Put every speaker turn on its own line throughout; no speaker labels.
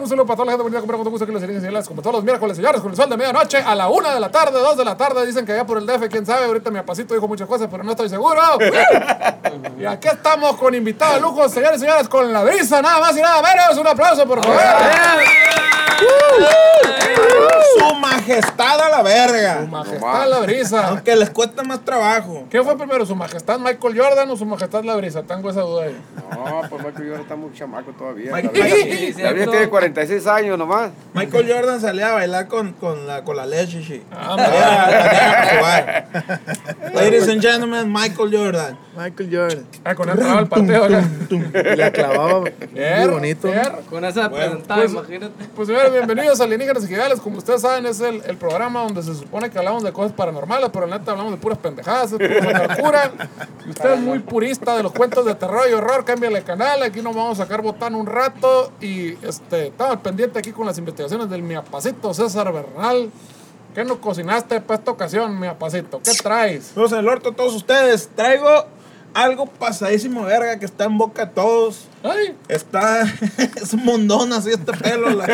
Un saludo para toda la gente bonita que compra con todo gusto que los señores y señoras, como todos los miércoles, señores, con el sol de medianoche a la una de la tarde, dos de la tarde. Dicen que allá por el DF, quién sabe, ahorita mi apacito dijo muchas cosas, pero no estoy seguro. y aquí estamos con invitados de lujo, señores y señoras, con la brisa, nada más y nada menos. Un aplauso, por favor.
Su majestad a la verga.
Majestad la brisa.
Aunque les cuesta más trabajo.
¿Qué fue primero, su majestad Michael Jordan o su majestad la brisa? Tengo esa duda ahí.
No, pues Michael Jordan está muy chamaco todavía.
Michael-
Gabriel
Sí, sí,
Gabriel
cierto.
tiene 46 años nomás.
Michael Jordan salía a bailar con, con la, con la leche. sí.
Ah,
Salía- salía a probar. Ladies and gentlemen, Michael Jordan.
Michael Jordan.
Ah, con él entraba al pateo acá.
Y la clavaba. Muy
Bien,
bonito.
bien.
Con esa presentada,
pues-
imagínate.
Pues señores, bienvenidos a Alienígenas Ejidales. Como ustedes saben, es el, el programa donde se supone que hablamos de cosas paranormales, pero en neta hablamos de puras pendejadas, es pura locura. Si usted es muy purista de los cuentos de terror y horror, cámbiale de canal. Aquí nos vamos a sacar botán un rato. Y este, estamos al pendiente aquí con las investigaciones del miapacito César Bernal. ¿Qué nos cocinaste para esta ocasión, miapacito? ¿Qué traes?
Los del orto, todos ustedes. Traigo algo pasadísimo verga que está en boca de todos.
Ay,
Está. Es un mundón así este pelo. la-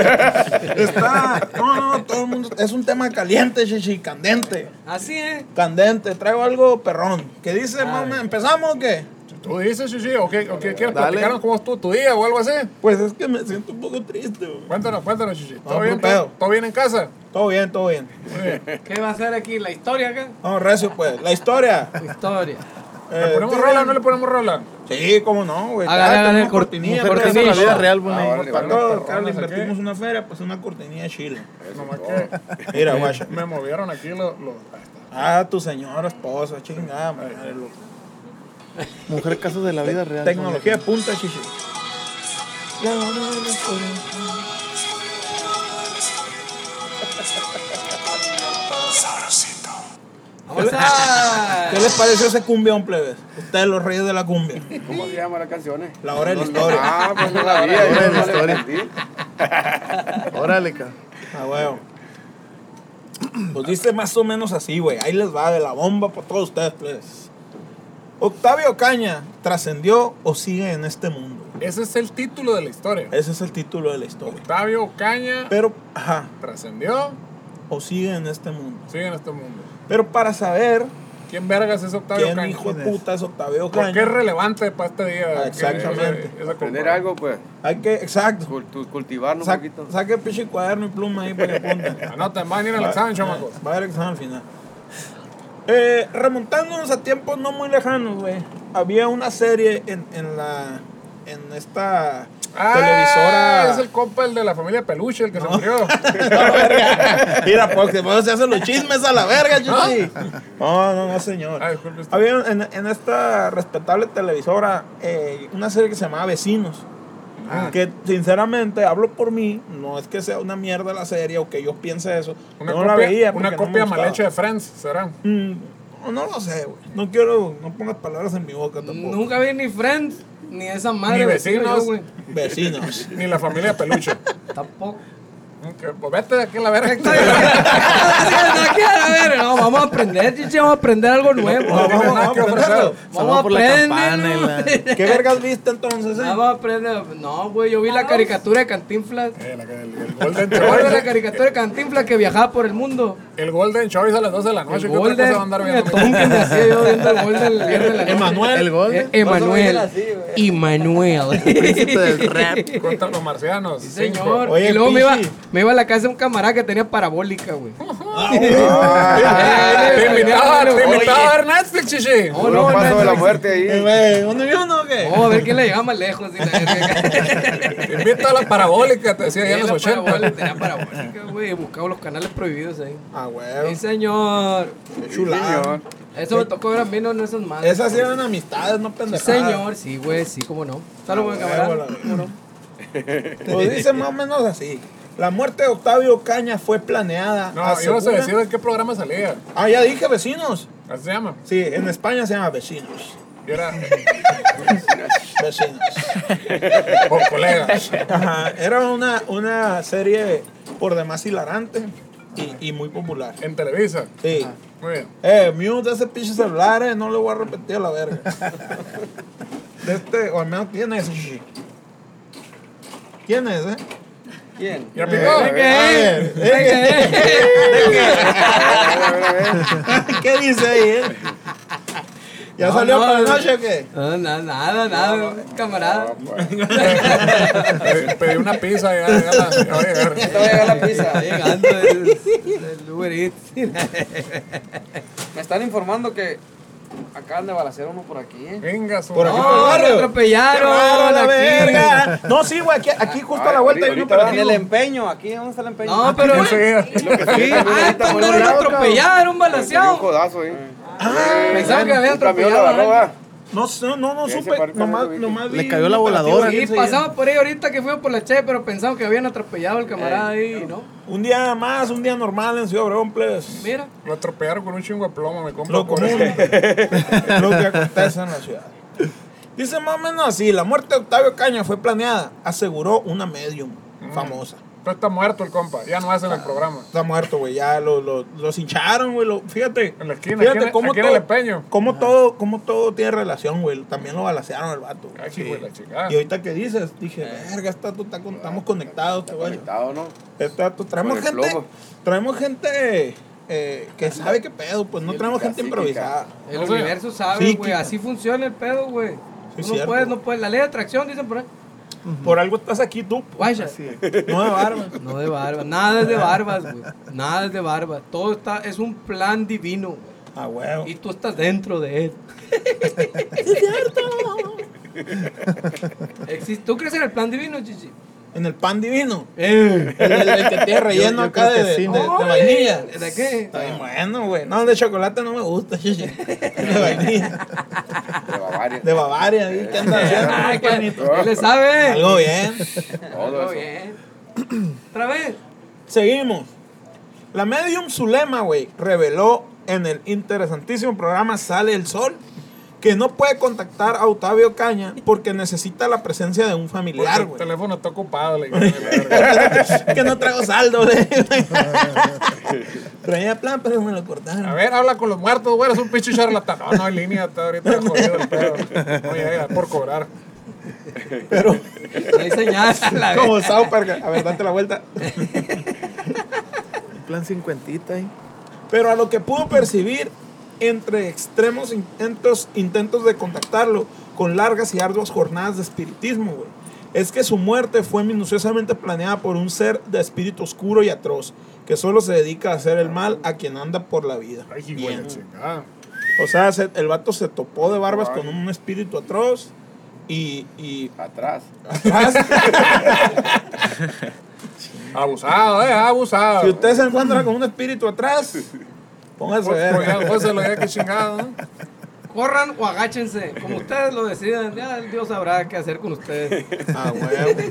está. No, no, todo el mundo. Es un tema caliente, chichi, candente.
Así ¿eh? es.
Candente, traigo algo perrón. ¿Qué dice, mamá? ¿Empezamos o qué?
¿tú dices, Shishi? ¿O qué, o qué quieres
Dale.
platicarnos cómo estuvo tu día o algo así?
Pues es que me siento un poco triste, güey.
Cuéntanos, cuéntanos, Shishi. ¿Todo,
puro
bien,
pedo.
¿Todo bien en casa?
Todo bien, todo bien.
Muy bien.
¿Qué va a hacer aquí? ¿La historia acá?
Vamos, recio, pues. La historia.
La historia.
Eh,
¿Le ponemos
tienen-
rola o no le ponemos rola?
Sí, cómo no, güey.
Hágale,
Ah,
hágale,
tenemos
cortinilla,
para
Porque esa es la vida real, güey.
Ah, vale,
Para
vale.
todo, claro, le
perronas, ¿a qué?
invertimos una feria, pues una cortinilla chile.
Nomás que
Mira, guacha.
me movieron aquí los... los-
Ah, tu señora esposa, chingada, madre, loco.
Mujer casos de la vida real.
Tecnología de punta, chichi.
Vamos a...
¿Qué les pareció ese cumbión, plebes? Ustedes los reyes de la cumbia.
¿Cómo se llaman las canciones?
La hora de la historia.
eh? Ah, pues no la vi, yo
Hora de la
no la
historia.
entendí.
güey. Órale, cabrón.
Ah, huevo. Pues dice más o menos así, güey. Ahí les va de la bomba por todos ustedes, plebes. Octavio Caña trascendió o sigue en este mundo.
Ese es el título de la historia.
Ese es el título de la historia.
Octavio Caña
Pero, ajá,
trascendió,
o sigue en este mundo.
sigue en este mundo.
Pero para saber
¿Quién vergas es Octavio
quién
Caña?
hijo de
¿Quién es?
puta es Octavio
¿Por qué
Caña,
es relevante para este día?
Ah, exactamente.
Esa- esa
Aprender
comparación.
algo, pues.
hay que, exacto,
cultu- Cultivarnos un
Sa-
poquito.
saque el pinche cuaderno y pluma ahí para que apunten.
Anoten, van a ir al
Va-
examen, chamacos.
Va a haber examen al final. Eh, remontándonos a tiempos no muy lejanos, güey. Había una serie en, en la. En esta
Ah, es el compa, el de la familia Peluche, el que se murió.
televisora. Verga. Mira, porque luego se hacen los chismes a la verga, chichi. No, no, no, señor.
Ah, disculpe usted.
Había en, en esta respetable televisora eh, una serie que se llamaba Vecinos.
Ah.
Que sinceramente, hablo por mí, no es que sea una mierda la serie o que yo piense eso.
Una
no
copia,
la
una
veía. porque no me
copia mal
gustaba.
hecha de Friends, será.
Mm, no, no lo sé, güey. No quiero, no pongas palabras en mi boca tampoco.
Nunca vi ni Friends, ni esa madre.
Ni
que quiero
vecinos.
yo, güey.
Vecinos.
Ni la familia Peluche.
Tampoco.
Ok, pues vete de aquí a la verga.
Así es, aquí, a ver, no, vamos a aprender, chichi, vamos a aprender algo nuevo.
No, vamos, vamos a
que ofrecer.
aprenderlo.
Vamos a
Salvado por la
aprender.
campana y
¿no?
la-
¿Qué vergas viste entonces? eh?
Vamos a aprender. No, güey, yo vi la caricatura de Cantinflas.
Eh, la- el, el Golden
¿Te acuerdas de la
Choice.
caricatura de Cantinflas que viajaba por el mundo?
El Golden Choice a las 12 de la noche.
El
¿Qué otra cosa
Golden.
va a andar
Me
viendo?
tonquen me hacía yo viendo el Golden el viernes de la noche.
Emanuel.
El gol.
Eh,
¿eh?
Emanuel.
Así, güey.
Emanuel.
Príncipe del rap.
Contra los marcianos.
Sí, Señor.
Oye,
y luego me iba,
Pichi.
me iba a la casa de un camarada que tenía parabólica, güey.
Ah,
Eh,
te
eh,
invitaba,
eh,
te
oye.
invitaba a ver Netflix, chichi.
No,
Uno paso de la
Netflix.
muerte
Eh,
ahí.
güey, ¿Dónde vio uno o qué?
Vamos a ver quién le llegaba más lejos. y la verga.
Te invito a la parabólica, te decía ya en
Tenía
los
la
80.
parabólica, Tenía parabólica, güey. Buscaba los canales prohibidos ahí.
Ah,
Sí,
güey.
señor.
Qué chulada.
señor.
Eso me tocó ver a mí, no, no esas madres.
Esas eran amistades, no
Sí,
pendejadas.
señor. Sí, güey, sí, cómo no. Saludos,
Ah,
camarada.
huevo, la-
¿Cómo no?
Pues dice más o menos así. La muerte de Octavio Caña fue planeada.
No, yo no sé
asegura-
decir de qué programa salía.
Ah, ya dije vecinos.
Así se llama.
Sí, en España se llama vecinos.
Y era.
Vecinos.
O colegas.
Ajá, era una, una serie por demás hilarante y, y muy popular.
En Televisa.
Sí.
Muy bien.
Eh, mute ese pinche celular, eh, no le voy a repetir a la verga. De este, o al menos tiene ese shit. ¿Quién es, eh?
¿Quién?
¿Ya picó?
Eh, eh, eh,
A ver, a ver, a ver.
¿Qué dice ahí, eh? ¿Ya
Eh. No,
salió
no,
para la
no.
noche o qué?
No, na- nada, nada, camarada.
Pedí- Pedí una pizza y ya, ya la- ya voy
Te
a llegar.
voy a llegar la
Está
pizza.
llegando el, el Uber Eats.
Me están informando que acaban de balacear uno por aquí, ¿eh?
Venga, su.
Por aquí.
No,
No, lo
barrio.
atropellaron.
¡Ah, la
aquí.
verga! No, sí, güey, aquí, aquí justo a la vuelta hay un
Ahorita va. En el
operativo.
empeño, aquí, ¿dónde está el empeño?
No,
Ah,
pero.
enseguida.
Sí, ah,
ahorita,
estos
bueno,
no lo
loca.
atropellaron,
salió un
balanceado.
codazo, ¿eh?
Pensaba que había
Un camión la
atropellado.
agarró,
a
va.
alguien.
No, sé, no, no, no
Ese
supe.
parque
Nomás,
no lo vi.
nomás
Le
vi
cayó
un
la
operativo
voladora.
aquí
Sí,
enseguida.
pasaba por ahí ahorita que fuimos por la Che, pero pensamos que habían atropellado al camarada ahí, ¿no?
Un día más, un día normal en Ciudad Obregón, plebes.
Mira.
Lo atropellaron con un chingo de plomo, me compro.
Lo
por
común.
eso.
lo que acontece en la ciudad. Dice más o menos así, la muerte de Octavio Caña fue planeada, aseguró una medium
Mm.
famosa.
Pero está muerto el compa, ya no hacen el programa.
Está muerto, güey, ya lo, lo, los hincharon, güey. lo- Fíjate,
En la esquina,
fíjate
aquí en- aquí en el empeño.
cómo todo, cómo todo tiene relación, güey. También lo balacearon el vato. güey.
Ay, hijo de la chingada. Eh. Ah,
Y ahorita que dices, dije, verga, esta, tú está con- estamos conectados, este güey.
Conectado, ¿no?
Este vato-
Con
traemos
el
gente,
plomo.
traemos gente eh, que sabe qué pedo, pues no
Sí,
traemos gente
psíquica.
improvisada.
El
O sea,
universo sabe,
sí,
güey.
quita.
Así funciona el pedo, güey.
Sí,
Tú
cierto.
no puedes, no puedes. La ley de atracción, dicen por ahí.
Por algo estás aquí tú,
Guaya.
no de barba.
No de barba. Nada es de barbas, güey. Nada es de barba. Todo está, es un plan divino, güey.
Ah, huevo.
Y tú estás dentro de él. es cierto. ¿Tú crees en el plan divino, Chichi?
En el pan divino.
Eh.
El, el- el que tiene relleno
Yo- yo
acá
creo
de,
que sí.
de- de
Ay,
vainilla.
¿De qué?
Está bien bueno, güey. No, de chocolate no me gusta, chichi. De vainilla.
De Bavaria.
De Bavaria, ¿sí? ¿qué andas haciendo?
Ah,
Ay,
que-
carnito.
que le sabe?
Algo bien.
Todo eso.
bien. Otra vez.
Seguimos. La medium Zulema, güey, reveló en el interesantísimo programa Sale el Sol que no puede contactar a Octavio Caña porque necesita la presencia de un
Porque
familiar,
el
güey.
teléfono está ocupado, le dije.
que no traigo saldo, güey. Traía plan, pero me lo cortaron.
A ver, habla con los muertos, güey, es un pinche charlatán. No, no hay línea, está ahorita jodido el pedo. Oye, oye, por cobrar.
Pero
No hay señal. La vez.
como South Park, a ver, date la vuelta.
En plan cincuentita ¿eh? ahí.
Pero a lo que pudo percibir, entre extremos intentos, intentos de contactarlo, con largas y arduas jornadas de espiritismo, güey, es que su muerte fue minuciosamente planeada por un ser de espíritu oscuro y atroz, que solo se dedica a hacer el mal a quien anda por la vida.
Ay, hijo de la chingada.
O sea, se- el vato se topó de barbas con un espíritu atroz y... y
Atrás.
Abusado, eh, abusado.
si usted se encuentra con un espíritu atrás, póngase
Pues, pues, ya,
verga.
pues, se lo diga que chingada, ¿no?
Corran o agáchense. Como ustedes lo decidan. Ya Dios sabrá qué hacer con ustedes.
A Ah, huevo.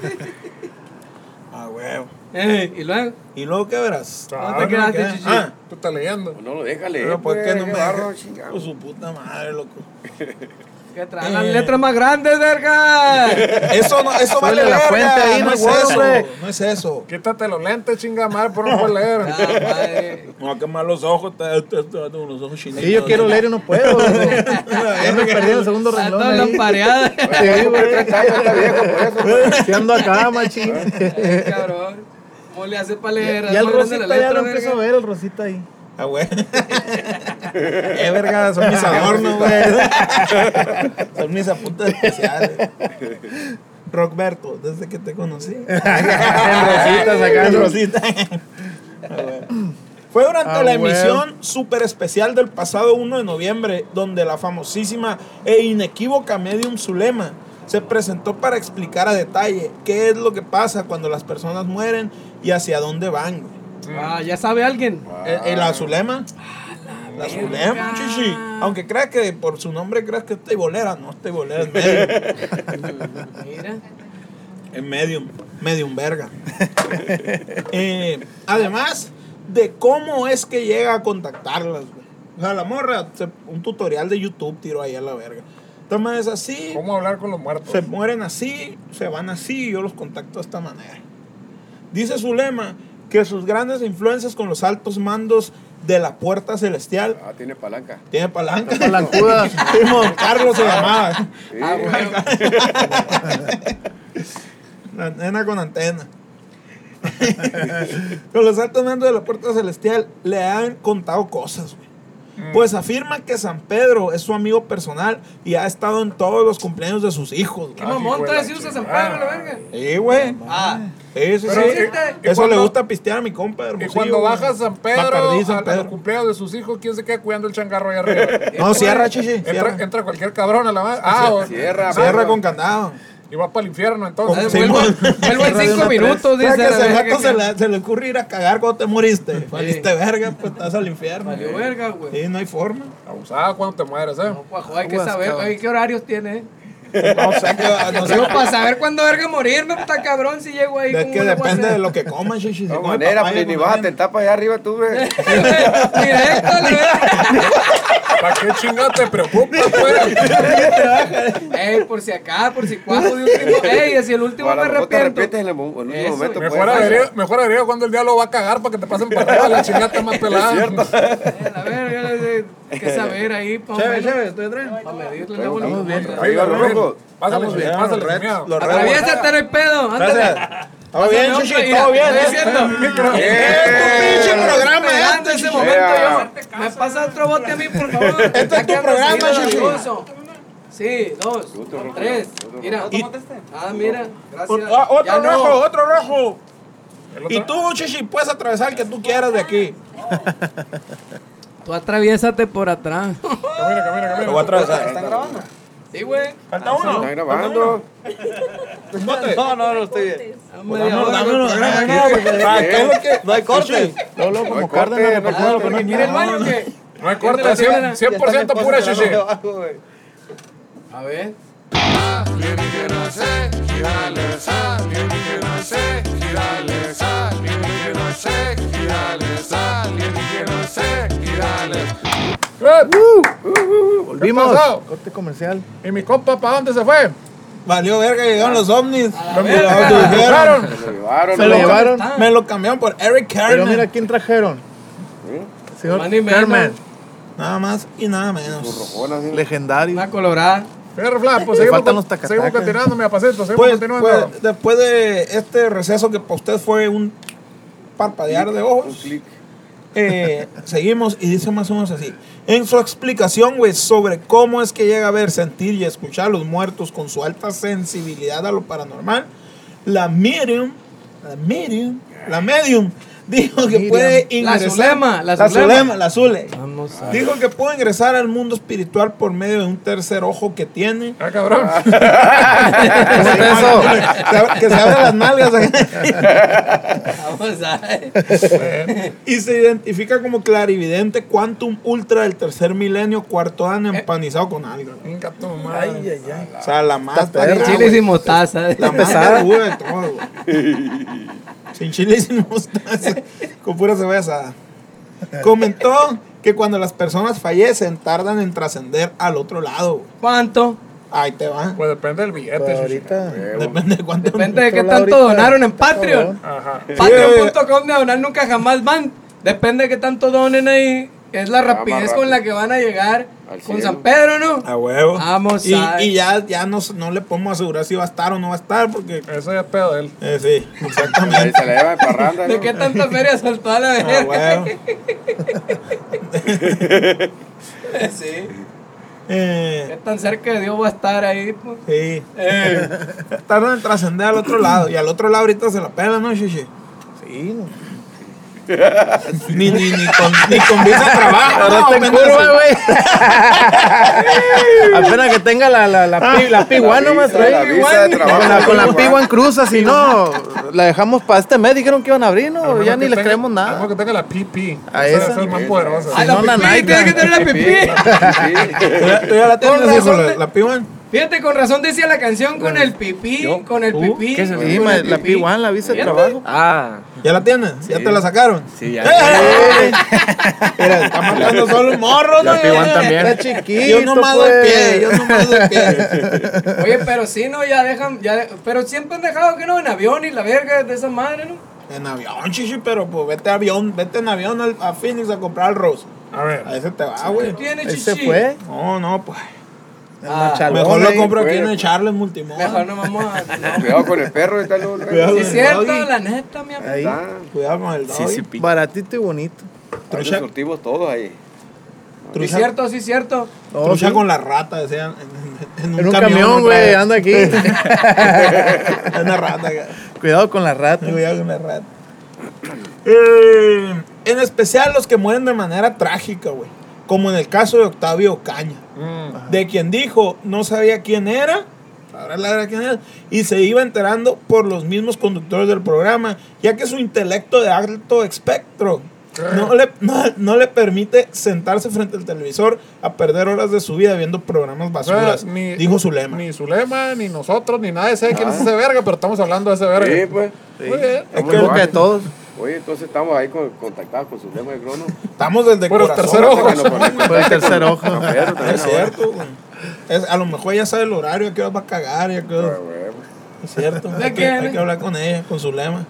A huevo.
Eh, y luego.
¿Y luego qué verás?
Ah,
¿Dónde te quedaste,
¿qué?
Chichi?
Ah,
Tú estás leyendo.
No lo déjale.
pero ¿por qué no me
agarro,
dejas? Pues su puta madre, loco.
Que traen las
Eh.
letras más grandes, verga.
Eso no, eso vale
Suele la
la
fuente ahí,
no
no
es
güey,
eso,
hombre.
no es eso.
Quítate los lentes, chingada madre, por no poder leer.
Ah, madre.
No, qué malos ojos, te, te, te- te- unos ojos chinos.
Sí, yo quiero leer y no puedo. loco. Ya me perdí el segundo
Está
renglón
toda
ahí.
lampareada.
Sí, güey.
Está viejo, por eso.
Sí ando acá, machín.
Ay, cabrón. ¿Cómo le hace para leer?
Ya el
Más grande
Rosita
la
ya lo
letra,
empiezo a
verga.
ver, el Rosita ahí.
Ah, güey. Eh, verga, son mis adornos, güey. Son mis apuntes especiales. Rockberto, desde que te conocí.
Rositas acá,
En
en
Rosita. Ah, güey. Fue durante
Ah,
la
güey.
emisión super especial del pasado 1 de noviembre, donde la famosísima e inequívoca medium Zulema se presentó para explicar a detalle qué es lo que pasa cuando las personas mueren y hacia dónde van. güey.
Ah, ya sabe alguien.
Eh, eh, la Zulema. La Zulema, chichi. Aunque creas que por su nombre creas que es teibolera, no es teibolera, es medio.
Mira.
En medium. Medium verga. Eh, además de cómo es que llega a contactarlas, güey. O sea, la morra, se- un tutorial de YouTube tiró ahí a la verga. Toma es así,
¿Cómo hablar con los muertos?
se mueren así, se van así, y yo los contacto de esta manera. Dice su lema que sus grandes influencias con los altos mandos de la puerta celestial
Ah, tiene palanca.
tiene palanca.
Palancuda.
Simón Carlos se llamaba.
Sí.
Ah, bueno.
La nena con antena. Con los altos mandos de la puerta celestial le han contado cosas, güey. Pues afirma que San Pedro es su amigo personal y ha estado en todos los cumpleaños de sus hijos,
¿Qué
güey.
Ah.
mamón
hijo de
trae
la
si usas en
chingada.
Pedro, la verga?
Sí, güey.
Ah,
Sí, sí,
Pero,
sí.
eh,
¿y
Eso
cuando-
le gusta pistear a mi compa,
Y
hermosillo.
cuando
güey.
baja San Pedro,
Bacardí,
al
San Pedro.
cumpleaños de sus hijos, ¿quién se queda cuidando el changarro ahí arriba?
No, cierra, chichi.
entra,
Cierra,
entra cualquier cabrón a la madre. Ah, o-
Cierra,
Cierra con candado.
Y va para el infierno,
Con-
entonces.
Sí.
Simón.
vuelvo en
Cierra de
cinco
una tres.
minutos,
O sea,
dice
que
la
ese
verga
vato
que-
se le, se le ocurre ir a cagar cuando te moriste. Valiste verga, pues estás al infierno.
Valió verga, güey.
Sí, no hay forma.
Abusada cuando te mueres, ¿eh?
No, cuajo, hay que
Aguas,
saber,
cabrón.
oye, ¿qué horarios tiene?
No sé qué- Ah, no sé-
Yo para saber cuándo verga morirme, está cabrón, si llego ahí.
Es
¿cómo
que
le voy a
depende
hacer?
de lo que comas, chichi. Si
No
comes
manera,
papaya,
pues ni
pues,
vas a
también.
tentar para allá arriba tú, güey.
Directo, la verga.
¿Para qué chingado te preocupas, pues?
Ey, por si acá, por si cuajo de un gringo. Ey, si el último
Para
me
lo mejor te arrepientes
arrepiento.
en el, mo- en el
Eso,
momento.
güey.
Mejor
pues.
agrega, mejor agrega cuando el diablo va a cagar para que te pasen para arriba la chingada está más pelada.
Eh, La verga, la verga, hay que saber ahí, pa'
Chévere,
menos-
chévere, estoy atrás.
pa' medirle la voluntad.
Ahí va,
Rubén,
loco.
Pásale,
Estamos bien,
pásale,
los
sin
Reds,
miedo.
los Reds.
Atraviésate, no hay pedo. ándale.
Gracias. Todo bien,
No,
chichi,
mira,
todo bien.
estoy
¿eh?
diciendo,
Pinche
Eh,
programa
Esperando
este,
ese
chichi.
momento yo.
Vea.
Me pasa otro bote a mí, por favor. Este
es tu programa, Shishi.
Sí, dos,
Otro
tres.
rojo, otro
Mira.
rojo.
Ah, mira. Gracias.
Ah,
Ya
Otro
no.
rojo, otro rojo.
El otro-
Y tú, chichi, puedes atravesar el que tú quieras de aquí.
Tú atraviésate por atrás.
Camina, camina, camina.
Lo voy a atravesar.
¿están grabando?
Sí, güey.
Falta uno.
Están grabando.
No, no, no estoy bien.
Pues
Media hora.
Ah, ¿qué es lo que-
No hay cortes. No, no,
No hay
como
corte,
Cárdenas,
no hay
recuerdo
corte.
que no-
Mira el baño que.
No hay corte,
Tiene-
100%, 100 pura chichi.
A ver.
eh, ah, ah, ¡Eh!
Volvimos.
pasó?
Corte comercial.
¿Y mi compa para dónde se fue?
Valió verga, llegaron los ovnis.
la
Me
verga.
lo abdujeron.
Claro.
Se lo llevaron.
Se lo
¿no?
llevaron.
Ah.
Me lo cambiaron por Eric
Pero mira
Carmen.
quién trajeron. Señor
Manny Menon.
Carmen.
Nada más y nada menos.
Rojona, así.
Legendario.
Una colorada.
Perro flaco, pues seguimos,
faltan
con-
los tacatacas.
seguimos continuando, me apacito, seguimos
Pues,
continuando.
pues, después de este receso que para usted fue un parpadear de
Un
ojos,
clic.
eh, seguimos y dice más o menos así. En su explicación, güey, sobre cómo es que llega a ver, sentir y escuchar a los muertos con su alta sensibilidad a lo paranormal, la medium, la medium, la medium, dijo que
Medium.
puede
La
ingresar.
Zulema. La
la Zulema,
Zulema. Ah,
la Zule.
Vamos a.
Dijo que puede ingresar al mundo espiritual por medio de un tercer ojo que tiene.
Ah, cabrón.
¿Cómo está eso?
Que ab- que se abran las nalgas. ¿eh?
Vamos a.
y se identifica como clarividente quantum ultra del tercer milenio, cuarto año
Eh.
empanizado con algo.
Venga, tu
Ay,
madre.
ay, ay.
O sea, la más
Está perra,
Chiles y mostaza.
La más barbuda de todo, güey. Sin chile y sin mostaza. Con pura cebolla asada. Comentó que cuando las personas fallecen, tardan en trascender al otro lado. güey.
¿Cuánto?
Ahí te va.
Pues depende del billete.
Pero
chichi.
ahorita.
Depende de cuánto.
Depende de
Otro
qué
lado
tanto
ahorita.
donaron en
Está
Patreon.
cabrón.
Ajá.
Patreon.com de donar nunca jamás van. Depende de qué tanto donen ahí. Es la rapidez
Ah, rápido.
con la que van a llegar
Al
con
cielo. Ah,
San Pedro, ¿no?
A huevo.
Vamos
y,
a-
y ya, ya no, no le podemos asegurar si va a estar o no va a estar, porque.
Eso ya es pedo de él.
Eh, sí,
Ahí
exactamente.
Se la llevan de parranda.
¿De
¿no?
qué tanta feria saltó a la
Ah,
verga?
huevo.
sí. ¿Qué
Eh,
tan cerca de Dios va a estar ahí? pues?
sí.
Eh.
Tardan en trascender al otro lado. Y al otro lado ahorita se la pela, ¿no, Shishi?
Sí, no.
Ni, ni, ni, con, ni con visa de trabajo.
Ahora
no,
está en
pendejo.
curva, güey. Apenas que tenga la, la, la, pi- la pigua nomás.
visa, la
güey.
visa de
Con la,
trabajo.
con la pigua cruza, si no, la dejamos para este mes. Dijeron que iban a abrir,
Al
¿no?
menos
Ya
que
ni les
tenga-
creemos
al menos
nada.
que tenga la pipí.
¿A
Esa
esa?
es la más poderosa.
¡Ah,
no,
la
la
pipí!
Nike.
¡Tiene que tener la
Sí,
pipí!
sí.
Tú ya la tienes,
Con
hijo,
razón
la,
te-
la piban.
Fíjate, con razón decía la canción con el pipí,
¿Yo?
con el
¿Tú?
pipí.
¿Qué es eso?
con
Sí,
el
ma,
pipí.
la
P1 la viste de
Fíjate.
trabajo.
Ah,
¿Ya la tienen? ¿Ya
Sí.
te la sacaron?
sí, ya.
¡Eh! Mira, está matando solo un morro, ¿no?
La P1 también.
Está chiquito. Yo nomás doy
pues.
pie, yo nomás doy pie.
Oye, pero sí, no, ya dejan, ya de- pero siempre han dejado que no, en avión y la verga de esa madre, ¿no?
En avión, chichi, pero pues vete avión, vete en avión al- a Phoenix a comprar el Rose.
A ver.
A ese te va, güey.
Tiene
Ahí se
chichi.
fue.
No, no, pues.
El
Ah,
machalón
Mejor lo
ahí.
compro aquí
güey,
en el
pues.
Charles Multimoda.
Mejor no vamos a. no.
Cuidado con el perro y tal. luego, luego.
Cuidado.
Sí, es cierto,
Doggy.
la neta, mi
Eh,
amor.
Ahí.
Está.
Cuidado con el
Sí,
doggy.
sí, pica.
Baratito y bonito.
Ahí nos
Trucha,
surtimos todos ahí.
Sí, es
trucha,
cierto, sí, es cierto.
Oh,
trucha
sí.
con la rata, decían. En, en- en un,
En un camión, güey,
otra
anda aquí.
vez. En una rata, güey.
Cuidado con la rata.
Cuidado con la rata. Eh, en especial los que mueren de manera trágica, güey. Como en el caso de Octavio Caña.
Mm.
de quien dijo no sabía quién era, ahora la verdad quién era, y se iba enterando por los mismos conductores del programa, ya que su intelecto de alto espectro no le, no, no le permite sentarse frente al televisor a perder horas de su vida viendo programas
O sea,
basuras, dijo su lema.
Ni Zulema, ni nosotros, ni nadie sabe
Ah.
quién es ese verga, pero estamos hablando de ese verga.
Sí, pues.
Muy bien.
Es
Es
que
que-
boca de todos.
Oye, entonces estamos ahí con- contactados con su lema de crono.
Estamos desde
Por el
corazón.
tercer ojo.
hasta que nos conecten.
Por el tercer ojo.
Con Pedro también,
Es
ahora.
cierto, güey. Es- a lo mejor ya sabe el horario, a qué hora va a cagar, y a qué
Ah,
hora-
huevo.
Es cierto,
¿De
hay que,
qué?
hay que hablar con ella, con su lema.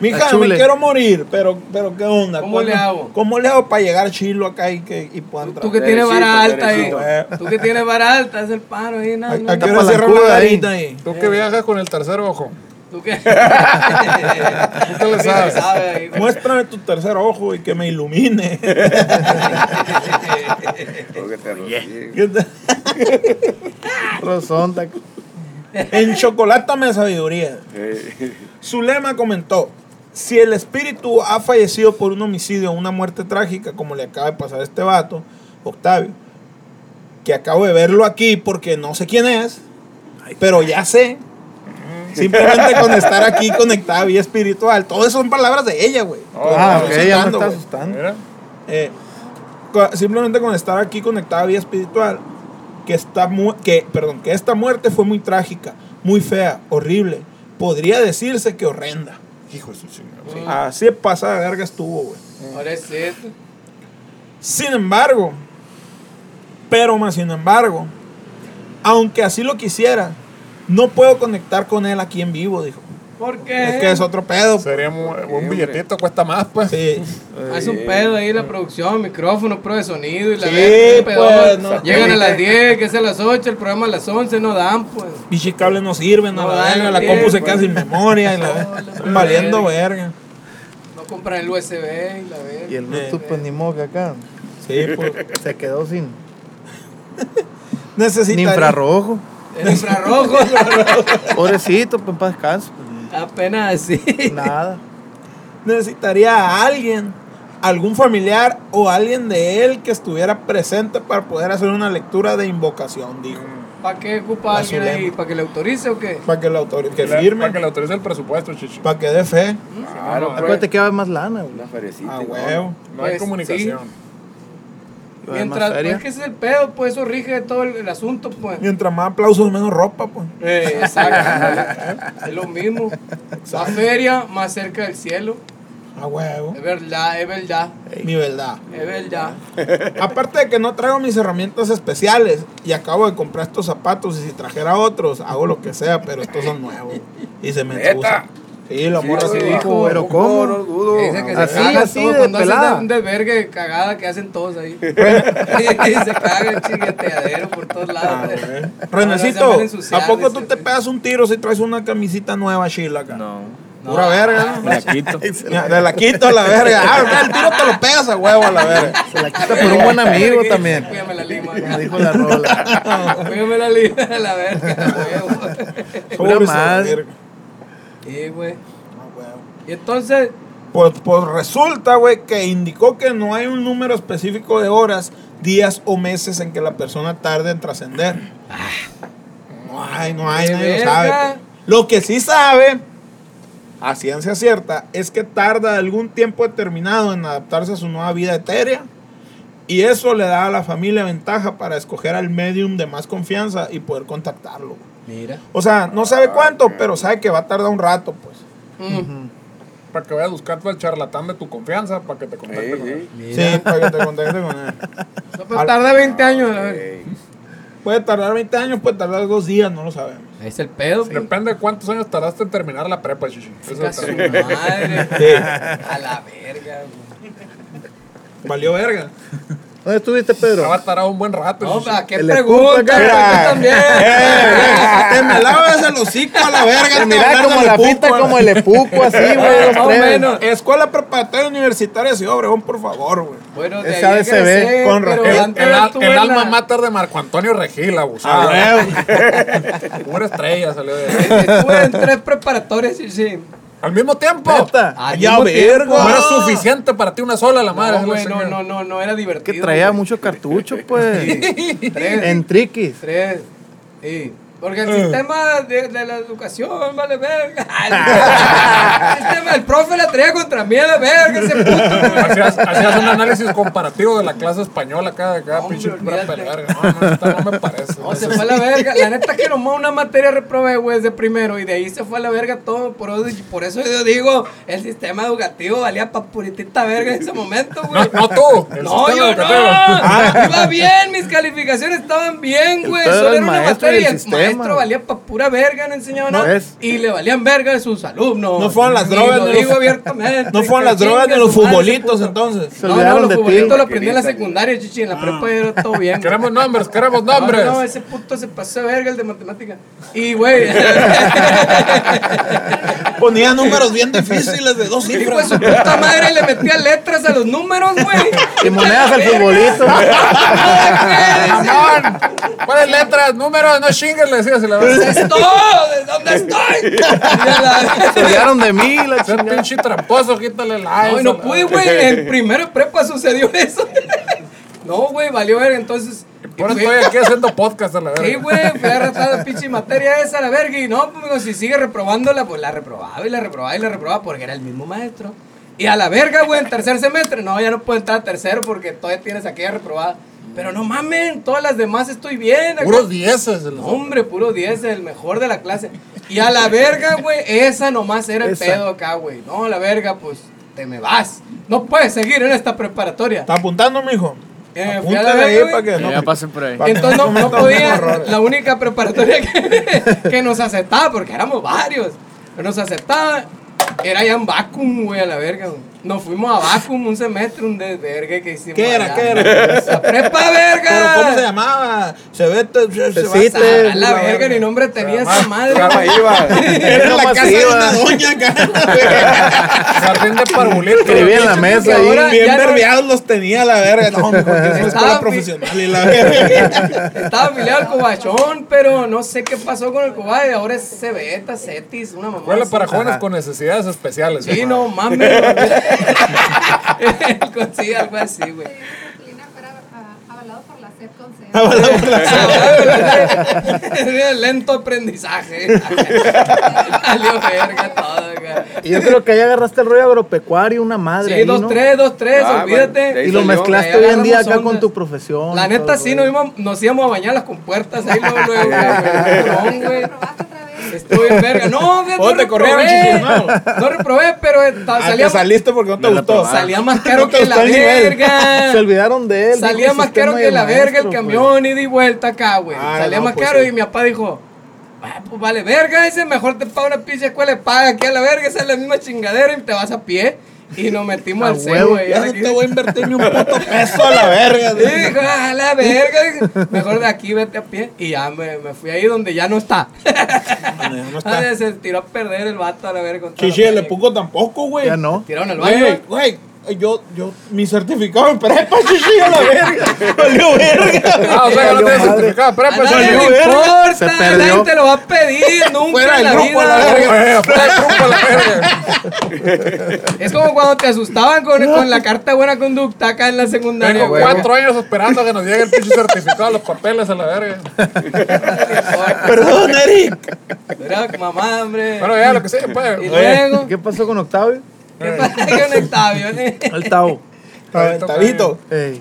Mija, me
Achule.
quiero morir, pero, pero ¿qué onda?
¿Cómo le
¿Cuándo-
hago?
¿Cómo le hago para llegar chilo acá y, que, y puedan
Tú que
traer?
tienes vara
Derechito,
alta, eh.
derechito.
Tú que tienes vara alta, haz el paro ahí,
¿A,
nada.
a qué hora
Tapa la
cierran la
cuda ahí.
garita ahí?
Tú que viajas con el tercer ojo.
Tú que. Tú
le sabes.
ahí, güey.
Muéstrame tu tercer ojo y que me ilumine.
Creo que te rodeé.
¿Qué tal?
Rosón, tac-
en chocolátame sabiduría.
Sí.
Zulema comentó, si el espíritu ha fallecido por un homicidio o una muerte trágica, como le acaba de pasar a este vato, Octavio, que acabo de verlo aquí porque no sé quién es, pero ya sé. Simplemente con estar aquí conectada y espiritual. Todo eso son palabras de ella, güey.
Ah,
Todo
ok,
eso
ya me
citando,
está
güey.
asustando.
Mira.
Eh, co- simplemente con estar aquí conectada a vida espiritual, que, está mu- que, perdón, que esta muerte fue muy trágica, muy fea, horrible. Podría decirse que horrenda.
Hijo de su chingada.
Así de pasada de verga estuvo, güey.
Ahora es cierto.
Sin embargo, pero más sin embargo, aunque así lo quisiera, no puedo conectar con él aquí en vivo, dijo.
¿Por
Es que
qué?
es otro pedo.
Sería mu- un
hombre.
billetito, cuesta más, pues.
Sí.
Hace un pedo ahí la producción, micrófono, prueba de sonido y la
Sí,
verga,
pues,
pedón.
no.
Llegan a las 10, que es a las 8, el programa a las 11, no dan, pues.
Pinche cable no sirve, no,
No
la
dan
verga, la
el
compu se
tiempo.
queda sin memoria, y la-
No, la
valiendo verga.
No compran el USB y la verga.
Y el Bluetooth, pues ni modo que acá.
Sí, pues.
Se quedó sin. Ni
Necesitaría.
infrarrojo.
El infrarrojo.
Pobrecito, pues para descanso. pues,
Apenas así.
Nada.
necesitaría a alguien, algún familiar o alguien de él que estuviera presente para poder hacer una lectura de invocación, dijo.
¿Para qué
La
ocupa alguien ahí?
Zulema.
¿Para que le autorice o qué?
Para que el autor que
Que la-
firme,
Para que le autorice el presupuesto, chichi.
para que dé fe.
Claro, pues.
Acuérdate que va a haber más lana, güey.
Una ferecita.
A
¿no? Ah,
huevo.
No hay
Pues,
comunicación.
Va a haber más
Mientras, pues,
feria.
es que ese es el pedo, pues eso rige todo el, el asunto, pues.
Mientras más aplausos, menos ropa, pues.
Eh, exacto. es lo mismo. La feria más cerca del cielo.
A huevo.
Es verdad, es verdad.
Mi verdad.
Es verdad.
Aparte de que no traigo mis herramientas especiales y acabo de comprar estos zapatos y si trajera otros, hago lo que sea, pero estos son nuevos. Y se me
¡Neta!
ensucian. Sí, la
Sí,
morra sí
güey.
dijo.
Hijo, pero ¿cómo?
No, no dudo.
Dice que se
Así,
caga
así,
todo
de
cuando
pelada.
hacen un desvergue de cagada que hacen todos ahí. y se caga el chingueteadero por todos lados.
Ah,
No, no
Renecito,
se anden ensuciar,
¿a poco tú
dice,
te
sí.
pegas un tiro si traes una camisita nueva, Sheila? acá?
No.
Pura verga.
Me la quito.
Te la quito a la verga. Ah, el tiro te lo pegas a huevo a la verga.
Se la quita por un buen amigo también.
Cuídame la lima.
Como dijo la rola.
Cuídame la lima de la verga, huevo.
Pura
Pobre esa
madre.
verga.
Sí, güey.
Ah, huevo.
Y entonces,
Pues, pues resulta, güey, que indicó que no hay un número específico de horas, días o meses en que la persona tarde en trascender. No hay, no hay,
Qué
nadie lo
verga.
sabe. pues. Lo que sí sabe, a ciencia cierta, es que tarda algún tiempo determinado en adaptarse a su nueva vida etérea Y eso le da a la familia ventaja para escoger al medium de más confianza y poder contactarlo. güey.
Mira.
O sea, no sabe cuánto, pero sabe que va a tardar un rato, pues.
Para que vayas a buscarte al charlatán de tu confianza, para que te contacte con él.
Sí, para que te contacte con él.
No, pero tarda 20 años. a ver.
Puede tardar 20 años, puede tardar dos días, no lo sabemos.
Ahí está el pedo. pues.
Depende de cuántos años tardaste en terminar la prepa, chichi. Eso
Chinga su
determina.
madre. A la verga. güey.
Valió verga.
¿Dónde estuviste, Pedro?
Ah,
Va a tardar un buen rato.
No,
chichi.
pero ¿a qué
El
pregunta?
espuma, cara.
Yo también.
Te me lavas el hocico a la verga.
Eh, Te
te
miraba
hablas
como
del
la
pupo,
pinta,
a la-
como el epuco, así, güey. los
Más o
tres.
menos.
Escuela Preparatoria Universitaria Ciudad Obregón, por favor, güey.
Bueno,
Esa vez se ve con
pero
Raquel.
El,
antes
el al-
estuve
el
en
alma
la-
mater de Marco Antonio Regil, abusado.
Ah,
Una estrella salió de ahí.
Estuve en tres preparatorias, sí, sí.
Al mismo tiempo.
Neta.
Al
Ya
mismo tiempo.
verga.
No era suficiente para ti una sola la madre.
No, güey, no,
señora.
no, no, no era
Que
divertido.
traía
güey.
mucho cartucho, pues.
Tres.
en triquis.
Tres. Sí. Porque el sistema de, de la educación, vale verga. El sistema, el profe la traía contra mí, a la verga, ese puto. güey.
Hacías, hacías un análisis comparativo de la clase española acá, de cada
Hombre,
pinche pura
olvídate.
verga. No, no, esta no me parece.
No, se fue a la verga. La neta que nomás una materia reprobé, güey, de primero. Y de ahí se fue a la verga todo. Por eso, por eso yo digo, el sistema educativo valía pa' puritita verga en ese momento,
No,
güey.
no tú. el
No,
sistema
yo
educativo.
no. Iba bien, mis calificaciones estaban bien, güey.
pedo
Solo
del
era una
maestro y
materia.
el
El
sistema.
maestro valía pa' pura verga, no enseñaba
No
nada.
es.
Y le valían verga a sus alumnos.
No fueron las
Y
drogas,
Lo
no
digo
los-
abiertamente.
No fueron las
Que
drogas de
chingue
los
su madre,
futbolitos,
ese puto.
entonces.
Se
No, no,
olvidaron
los
de ti.
futbolitos lo aprendí en la secundaria, chichi. En la prepa era todo bien. güey.
Queremos nombres, queremos
No,
nombres.
No, no, ese puto se pasó de verga el de matemática. Y, güey.
Ponía números bien difíciles de dos
hijo de
cifras.
pues, su puta madre le metía letras a los números, güey.
Y monedas al futbolito.
¡Ramón! ¿Cuáles letras, números? No chinguen, le decías. y la verdad.
¿Dónde estoy? ¿Dónde estoy? Y a la-
Se olvidaron de mí, la
Ser
chingada.
pinche tramposo, quítale la.
No, y no pude, güey. En primero de prepa sucedió eso. No, güey, valió ver. Entonces.
Por eso
fui-
estoy aquí haciendo podcast a la
Sí,
verga.
güey, fui a ratar la pinche materia esa, la verga. Y no, pues, digo, si sigue reprobándola, pues la reprobaba y la reprobaba y la reprobaba porque era el mismo maestro. Y a la verga, güey, en tercer semestre. No, ya no puedo entrar a tercero porque todavía tienes aquella reprobada. Pero no mamen, todas las demás estoy bien. acá.
Puros dieces. el-
No, hombre, puro 10, el mejor de la clase. Y a la verga, güey, esa nomás era el
Esa.
pedo acá, güey. No, a la verga, pues te me vas. No puedes seguir en esta preparatoria.
Está apuntando, mijo.
Eh, fui a la
Apúntale ahí
verga,
para
güey.
que no.
Ya pasen por ahí.
pa' que
Entonces no, no
cometan
podía,
errores.
la única preparatoria que, que nos aceptaba, porque éramos varios, pero nos aceptaba, era ya en Vacuum, güey, a la verga, güey. Nos fuimos a Vacuum un semestre, un desvergue que hicimos.
¿Qué era?
allá.
¿Qué era?
La prepa
Pero
verga.
¿cómo se llamaba? Se ve. te- se- se va-
Sí, te-
Ah. A la verga, ni nombre tenía esa madre.
Programa IVA.
Era la
Nomás
casa de
iba.
una doña acá.
Jardín de parvulito.
Escribí en la mesa
Ahora-
ahí.
Bien
ya no-
verbeados los tenía la verga. No, mijo, que es una escuela
Estaba-
profesional y la verga.
Estaba afiliado al Cobachón, pero no sé qué pasó con el Cobay. Ahora es Cebeta, Cetis, una mamá.
Escuela
así.
para jóvenes con necesidades especiales.
Sí,
hermano.
no mames. güey. sí, algo así, güey.
disciplina fuera ah, avalado por la SEP con SEA.
Lento aprendizaje. Salió verga todo, güey.
Y yo creo que ahí agarraste el rollo agropecuario, una madre.
Sí,
ahí,
dos,
¿no?
tres, dos, tres,
Ah, bueno, de
olvídate.
ahí
Y lo
salió.
mezclaste
Ahí
hoy en día
agarramos
acá con
ondas.
tu profesión.
La
y todo
neta,
el
sí, nos
rollo.
íbamos, nos íbamos a bañar las compuertas ahí luego, luego, güey.
Ay,
No, güey.
¿reprobaste otra vez?
Estuve en verga. No, güey,
Oh,
no
te corrieron,
reprobé.
chichi, no.
No reprobé, pero eh, ta-
Ah,
salía,
te saliste porque no te
Me
gustó.
reprobaron.
salía más caro
No te
que la
gustó el nivel.
Se
verga.
olvidaron de él. dijo
Salía
el
más caro
sistema
que
de
la verga el
maestro, pues.
camión, ida y vuelta acá, güey.
pues. Ah,
Salía
no,
más
pues
caro
sí.
y mi papá dijo, "Ah, pues vale verga ese, mejor te paga una pinche escuela, y paga aquí a la verga, esa es la misma chingadera y te vas a pie. Y nos metimos
A
al
huevo,
cero, güey.
Ya no te voy a invertir ni un puto peso a la verga.
Sí, dijo, a la verga, dijo, mejor de aquí vete a pie. Y ya me, me fui ahí donde ya no está.
Bueno, ya no está.
Ah, Se tiró a perder el vato a la verga. con toda la
Chichi, el
feria.
epuco tampoco, güey.
Ya no.
Tiraron al baño.
Güey, güey. Yo, yo, mi certificado en prepa, chichi, a la verga. Valió verga.
Ah, o sea que no
Valió
tienes
madre.
certificado. Pero,
A
pues,
nadie
valió
le
verga.
importa,
Se perdió.
nadie te lo va a pedir nunca
Fuera
en la
del grupo,
vida.
a la verga.
Eh, fuera del grupo, la verga.
Es como cuando te asustaban con, con la carta de buena conducta acá en la secundaria.
Tengo
güey.
cuatro años esperando que nos llegue el pinche certificado, los papeles a la verga.
Perdón, Eric.
Era mamá, hombre.
Bueno, ya, lo que sea, pues.
y
Oye,
luego,
¿Qué pasó con Octavio?
¿qué pasa con Octavio? eh?
El Tavo.
A ver, Tabito.
Ey.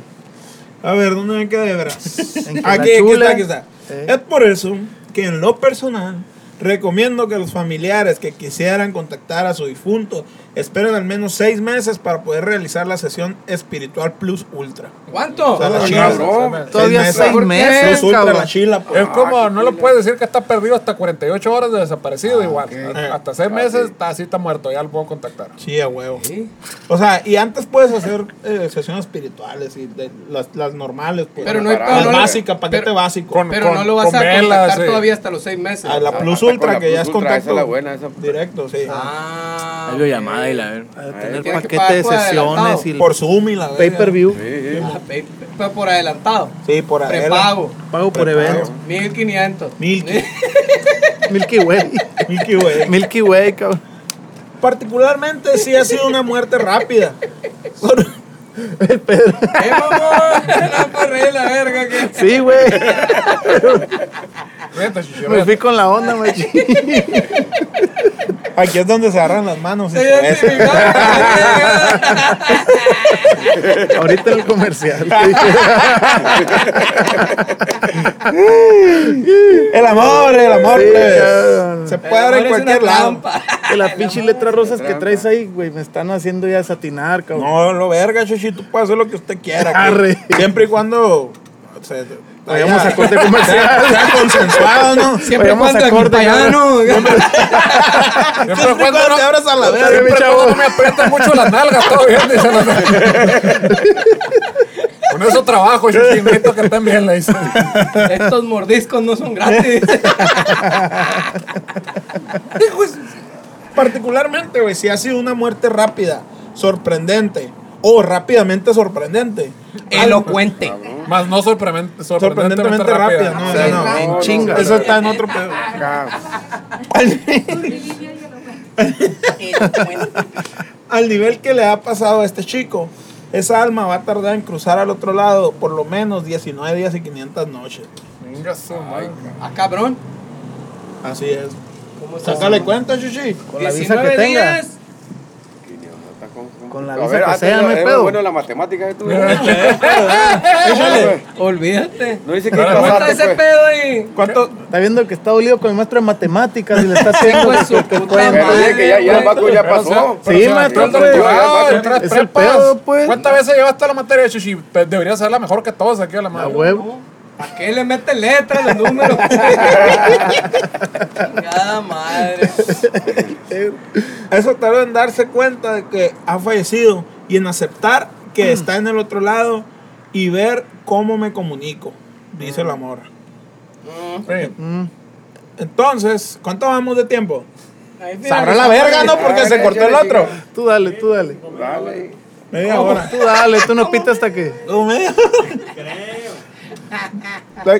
A ver, ¿dónde me queda de veras?
En
Ah,
Aquí, aquí
Chula.
Ah, está, aquí está.
Eh.
Es por eso que en lo personal recomiendo que los familiares que quisieran contactar a su difunto esperen al menos seis meses para poder realizar la sesión espiritual plus ultra.
¿Cuánto?
O sea,
Oh,
la
No,
chila.
no,
Seis
Todavía seis
Plus
meses,
ultra, la
cabrón.
chila, pues.
Es
Eh.
como, no le puedes decir que está perdido hasta 48 horas de desaparecido, igual. Hasta- Hasta 6 meses, está, así está muerto, ya lo puedo contactar.
Sí, a huevo.
Sí.
O sea, y antes puedes hacer eh, sesiones espirituales y de- las, las normales, pues.
Pero no hay
Las
pero no-
básicas, paquete
pero-
básico.
Con-
Pero no lo vas
con
a contactar
velas, sí.
todavía hasta los seis meses.
a la
Ah,
Plus
hasta con
Ultra,
la
que
Plus
ya es
Ultra,
contacto.
esa es la buena, esa.
Directo, sí.
Ah.
Algo llamada y
ok.
la ver.
A ver,
A tener
tiene que
paquete
pagar
de
por adelantado.
sesiones y
Por Zoom y la verga.
pay per view.
Sí, sí.
Ah, pe- pe- pe- por adelantado.
Sí, por ahí.
Prepago.
Pago por evento.
1500.
Milky.
Milky Way.
Milky Way.
Milky Way, cabrón.
Particularmente sí ha sido una muerte rápida.
El Pedro.
¡Eh, mamón! No, por ahí la verga que.
Sí, güey.
Fíjate,
Me
Chichirreta.
fui con la onda, güey.
Aquí es donde se agarran las manos.
Se
hijo.
identificó.
Ahorita el comercial.
El amor, el amor.
Sí,
plebes.
cabrón.
se puede dar en cualquier lado.
De las pinches letras rosas que
trampa.
traes ahí, güey, me están haciendo ya satinar, cabrón.
No, lo verga, Chuchi, tú puedes hacer lo que usted quiera. aquí.
Arre.
Siempre y cuando. o sea,
Vayamos
vaya-
a corte comercial.
Sea consensuado, ¿no?
Siempre
Vayamos
cuando
a
aquí
corte,
para allá, ¿no?
Siempre cuando no-
te abras a la verga.
Dale, mi
Pero
chavo.
cuando no me aprietan mucho las nalgas, todo bien, dice la- Con eso trabajo, yo sí invito que también le dice.
Estos mordiscos no son gratis.
Particularmente, güey, si ha sido una muerte rápida, sorprendente o rápidamente sorprendente.
Elocuente.
Más no sorprendente- sorprendentemente,
Sorprendentemente rápida,
rápida.
no,
O sea,
no, no.
en
no,
chinga.
Eso está en otro pedo. Al, al nivel que le ha pasado a este chico, esa alma va a tardar en cruzar al otro lado por lo menos 19 días y 500 noches.
Venga, su madre.
Ah, cabrón.
Así es.
¿Cómo estás?
Sácale cuenta, Chuchi.
Con la visa que tenga.
días.
Con la
A
visa
ver,
que
antes
sea, no hay
era
pedo.
Bueno, la matemática que tú.
Échale.
Olvídate.
No dice que
Pero
¿Cuánto
pasaste,
ese
pues.
pedo ahí?
¿Cuánto?
Está viendo que está dolido con el maestro de matemáticas y le está haciendo
Hijo de
lo
su
que te
puta
pueden.
Pero dice que ya, ya el Paco ya
Pero, o sea,
pasó.
Sí,
pero, o sea,
maestro,
¿cuántas
pues.
prepas?
Ah,
¿Cuántas
es el
prepas?
pedo, pues.
¿Cuántas veces llevaste la materia, Chuchi? Pues, Deberías ser la mejor que todos aquí a la
A
madre.
huevo.
¿Para qué le mete letras los números? Chingada madre.
Eso tarda en darse cuenta de que ha fallecido y en aceptar que está en el otro lado y ver cómo me comunico, dice la mora.
Mm.
Sí.
Entonces, ¿cuánto vamos de tiempo?
Ahí finalizó.
Sabrá la verga, ¿no? Porque se cortó el otro.
Tú dale, tú dale.
Dale.
Media hora.
Tú dale, tú no pitas hasta que.
No, media Creo.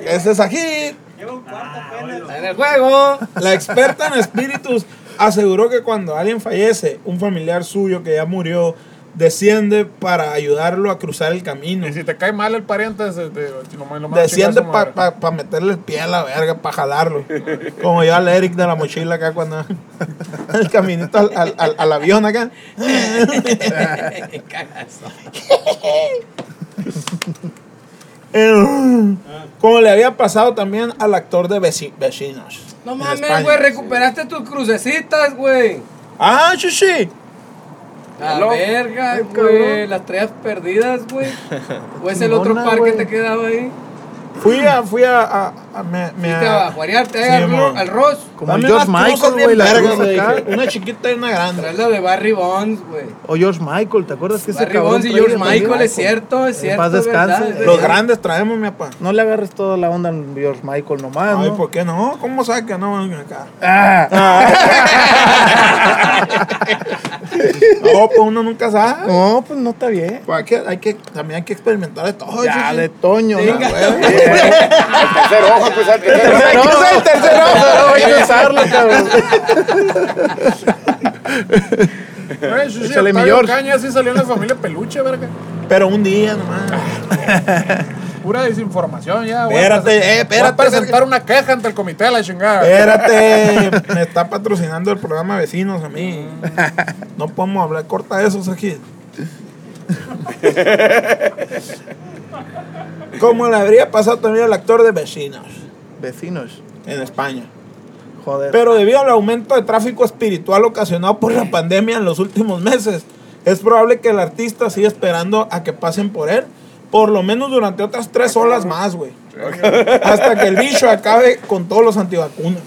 Este es aquí.
Está en el juego.
La experta en espíritus aseguró que cuando alguien fallece, un familiar suyo que ya murió desciende para ayudarlo a cruzar el camino.
Y si te cae mal el pariente, se te- lo más- lo más
Desciende
chingazo, madre.
para meterle el pie a la verga, para jalarlo. Como yo al Eric de la mochila acá cuando. El caminito al, al- al- al avión acá.
Cagazo.
Eh, Como le había pasado también al actor de Veci- Vecinos.
No
en
mames,
España.
güey, recuperaste tus crucecitas, güey.
Ah, chuchi.
La
Hello.
verga,
Ay,
güey.
cabrón.
Las traías perdidas, güey. ¿O es el otro
Chingona,
par que
güey.
te quedaba ahí?
Fui a. Fui a. a, a- me, me-
Fuiste a juarearte ahí
Sí,
al,
mo.
ro- al Ross.
Como el
Dame
George
unas
Michael,
cruzas bien
güey, la
vergas,
cruz
le
acá.
dije. Una chiquita y una
Traes
grande.
la de Barry Bonds, güey.
O George Michael, ¿te acuerdas que ese
Barry
cabrón
Bonds y
traía
George
también?
Michael, es cierto, es
En
cierto.
paz
¿verdad?
descanse.
Es
Los
verdad.
grandes traemos, mi papá.
No le agarres toda la onda al George Michael nomás,
Ay,
¿no?
¿por qué no? ¿Cómo sabes que no? Acá.
Ah,
No, pues uno nunca sabe.
no, pues no está bien.
Pues hay que, hay que, también hay que experimentar de todo.
ya,
sí, sí.
de Toño. ¿no?
Venga.
Al tercer ojo, pues al tercer ojo.
Tercer
Hay que usar el tercer ojo.
No voy a usarlo, cabrón.
Güey, Chuchi,
Échale, mi
Octavio
George.
Caña sí salió en la familia peluche, verga.
Pero un día nomás.
Ah,
Pura desinformación ya, güey.
Espérate, eh, espérate,
Voy a presentar una queja ante el comité de la chingada.
Eh.
Espérate, me está patrocinando el programa Vecinos a mí. No podemos hablar, corta eso, Sajid. Como le habría pasado también al actor de Vecinos
Vecinos.
en España.
Joder.
Pero debido al aumento de tráfico espiritual ocasionado por la pandemia en los últimos meses, es probable que el artista siga esperando a que pasen por él, por lo menos durante otras tres olas más, güey. Hasta que el bicho acabe con todos los antivacunas.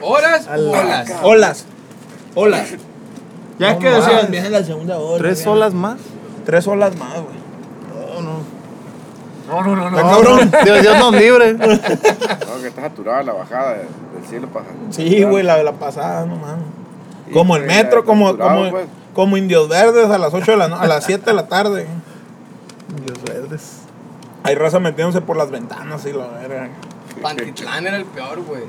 ¿Horas
A la
o olas?
Olas. Olas.
ya es
No
que
mames,
decían,
viene la segunda ola.
¿tres
viene-
olas más?
Tres olas más, güey.
No, no.
No, no, no,
Está
no.
cabrón.
Dios, Dios nos libre.
No, que está saturada la bajada de- del cielo para.
Sí, güey, la de la pasada, no mames.
Sí,
Como el
güey,
metro,
la-
como,
saturado,
como,
pues.
como Indios Verdes a las 8 de la no- a las 7 de la tarde.
Dios verdes.
Hay raza metiéndose por las ventanas y la verga.
Pantitlán era el peor, güey.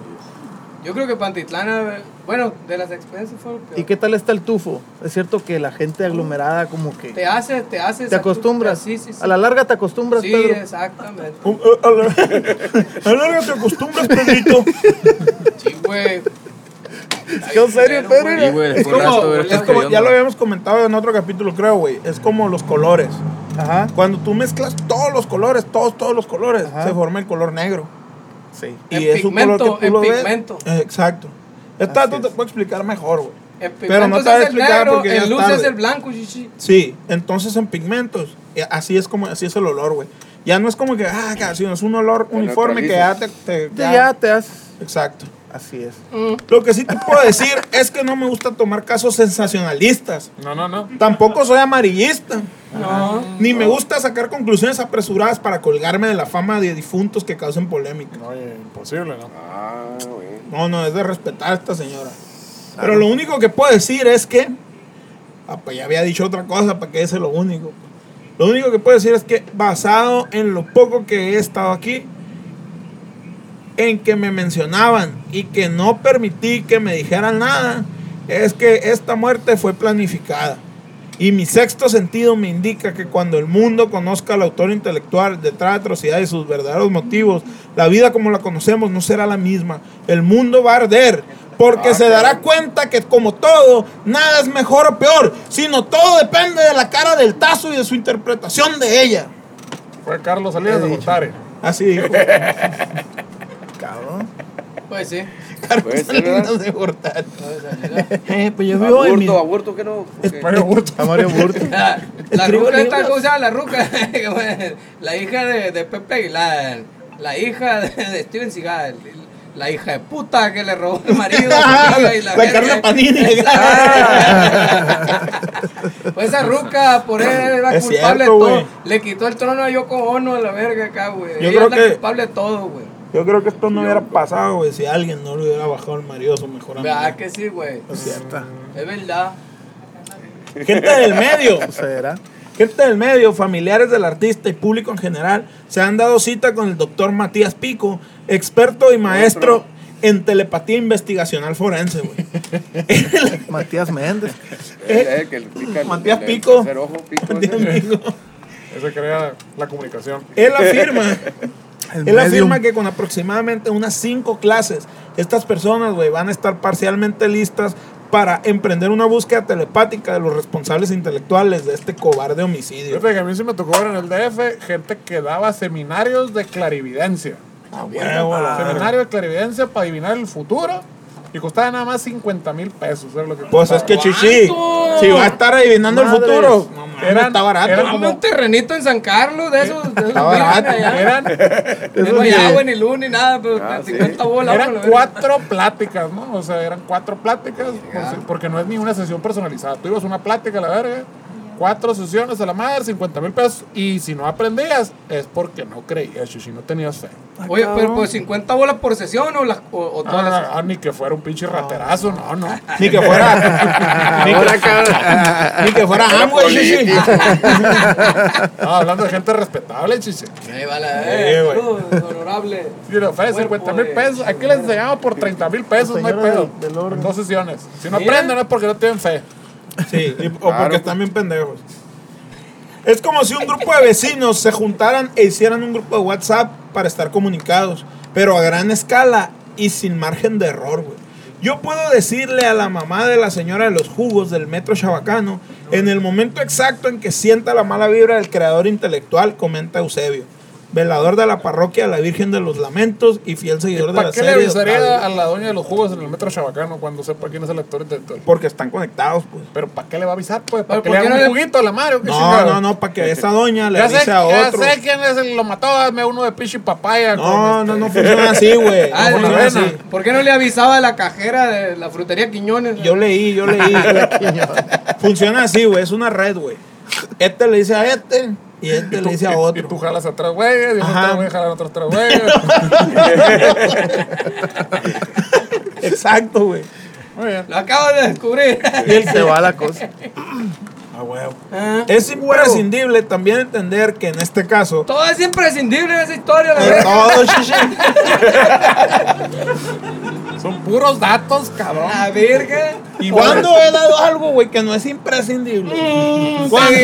Yo creo que Pantitlán, era- bueno, de las experiencias fue el peor.
¿Y qué tal está el tufo? Es cierto que la gente aglomerada como que...
Te
Te,
hace, te hace. esa-
acostumbras.
Sí, sí, sí.
A la larga te acostumbras,
Sí,
Pedro.
exactamente.
Uh, uh, A la- a la larga te acostumbras, Pedrito.
Sí, güey.
¿Qué en serio, Pedro?
güey.
Era-
Sí, güey,
Es
fue un rato
como,
ver
es
esto
como-
que
ya
yo
lo
no-
habíamos comentado en otro capítulo, creo, güey. Es como los colores.
Ajá.
Cuando tú mezclas todos los colores, todos, todos los colores,
Ajá.
se forma el color negro.
Sí.
Y
En
es un color
pigmento,
que tú
en
lo ves.
pigmento.
Eh, Exacto. Esta
Así
tú te
es.
puedo explicar mejor, güey.
En
Pero no
pigmentos
te voy a
es el
explicar
negro,
porque ya
en
es
luz es
tarde.
el blanco, chichi.
Sí, entonces en pigmentos, eh, así es como, así es el olor, güey. Ya no es como que, ah, ca- sino es un olor
Te
uniforme que ya te... te-
Este Ya,
ya-
te haces...
Exacto.
Así es.
Lo que sí te puedo decir es que no me gusta tomar casos sensacionalistas.
No, no, no.
Tampoco soy amarillista.
No.
Ni me gusta sacar conclusiones apresuradas para colgarme de la fama de difuntos que causen polémica.
No, oye, imposible, ¿no?
Ah, güey.
No, no, es de respetar a esta señora. Pero lo único que puedo decir es que. Ah, pues ya había dicho otra cosa, para que ese es lo único. Lo único que puedo decir es que, basado en lo poco que he estado aquí, en que me mencionaban y que no permití que me dijeran nada, es que esta muerte fue planificada. Y mi sexto sentido me indica que cuando el mundo conozca al autor intelectual detrás de atrocidades y sus verdaderos motivos, la vida como la conocemos no será la misma. El mundo va a arder porque
Ah,
se dará
claro.
cuenta que como todo, nada es mejor o peor, sino todo depende de la cara del tazo y de su interpretación de ella.
Fue Carlos Salinas de Gortari.
Así dijo.
Cabrón.
Pues sí.
Puede ser,
Salinas
¿verdad?
de Gortari.
Eh, pues yo vivo en mi...
Aburto, aburto, que no. Que-
Mario Burto.
A Mario Burto.
La, la
Escribo
ruca esta,
libros.
¿cómo se llama la ruca? la hija de, de Pepe Aguilar, la hija de, de Steven Seagal, la hija de puta que le robó el marido. a su hija y
Ah, La Carla
verga.
Panini.
Pues esa ruca, por él, era
Es
culpable de
cierto,
todo.
güey.
Le quitó el trono a Yoko Ono a la verga acá, güey.
Yo
Ella
creo
es la
que-
culpable de todo, güey.
Yo creo que esto no hubiera pasado, güey, si alguien no le hubiera bajado el marido a su mejor amigo.
¿Verdad que sí, güey?
Es cierto.
Es verdad.
Gente del medio.
Sucederá.
Gente del medio, familiares del artista y público en general, se han dado cita con el doctor Matías Pico, experto y maestro en telepatía investigacional forense, güey.
Matías Méndez.
Él es el Eh, que le pica el-
eh, Matías
el- el
Pico.
tercer ojo, pico,
Matías
ese.
Pico.
Ese crea la comunicación.
Él afirma,
El
él
medium.
afirma que con aproximadamente unas cinco clases, estas personas, güey, van a estar parcialmente listas para emprender una búsqueda telepática de los responsables intelectuales de este cobarde homicidio.
Fíjate que a mí sí me tocó ver en el DF gente que daba seminarios de clarividencia.
A Ah, huevo, la verga.
Seminario de clarividencia para adivinar el futuro. Y costaba nada más 50 mil pesos. era lo que
Pues es
costaba.
que chichi, si va a estar adivinando el
Madres.
futuro, no mames,
Eran-
está barato.
eran
Dame un terrenito en San Carlos de esos. De esos
Está barato,
virgen allá.
Eran,
Ya No hay agua, ni luz, ni nada, pero
Ah, sí.
50 bolas.
eran
vámonos, a ver.
cuatro pláticas, ¿no? O sea, eran cuatro pláticas. por si- Porque no es ni una sesión personalizada. Tú ibas a una plática a la verga. Cuatro sesiones a la madre, 50 mil pesos. Y si no aprendías, es porque no creías, chichi. No tenías fe.
Oye, pero pues 50 bolas por sesión o, las, o, o todas las.
Ah, ah, ni que fuera un pinche raterazo, no, no.
Ni que fuera. ni, que, ni que fuera Amway, chichi.
No, hablando de gente respetable, chiche.
Ahí va la
Eh,
eh,
güey.
saludos, honorable.
Si le ofrece
Cuerpo
50 mil
de
pesos, aquí les enseñamos por 30 mil pesos, no hay
Señora
pedo.
del- del orden.
En dos sesiones. Si no
Mira.
aprenden, no es porque no tienen fe.
Sí, y- o
Claro,
porque
pues.
están bien pendejos. Es como si un grupo de vecinos se juntaran e hicieran un grupo de WhatsApp para estar comunicados, pero a gran escala y sin margen de error, güey. Yo puedo decirle a la mamá de la señora de los jugos del metro chabacano en el momento exacto en que sienta la mala vibra del creador intelectual, comenta Eusebio. velador de la parroquia de la Virgen de los Lamentos y fiel seguidor de
¿Para
la
qué le
serie.
avisaría
Octavio.
a la doña de los jugos en el metro chabacano cuando sepa quién es el actor intelectual?
Porque están conectados, pues.
Pero ¿para qué le va a avisar? Pues? ¿Para
Pero
que
¿por
le
qué
haga
no
un
le-
juguito a la madre? o qué
No,
chingado?
no, no, para que esa doña le
Ya sé,
avise a
ya
otro.
sé quién es el lo mató, me uno de pichi papaya.
No,
con
no,
este-
no funciona así, güey.
Ah,
No
no,
funciona
sí.
así.
¿Por qué no le avisaba a la cajera de la frutería Quiñones?
Yo leí, yo leí. Funciona así, güey. Es una red, güey. Este le dice a este y este le dice a
Y
otro.
tú jalas a tres güeyes, y
Ajá.
otro güey jalan a otros tres güeyes.
Exacto, güey.
Muy bien.
Lo acabo de descubrir.
Y el
Se va la cosa.
Ah, huevo.
Ah.
Es imprescindible también entender que en este caso.
Todo es imprescindible en esa historia, la
eh,
verga.
Todo, chichi.
Son puros datos, cabrón.
La verga.
¿Y cuándo he dado algo, güey, que no es imprescindible?
Mm.
¿Cuándo?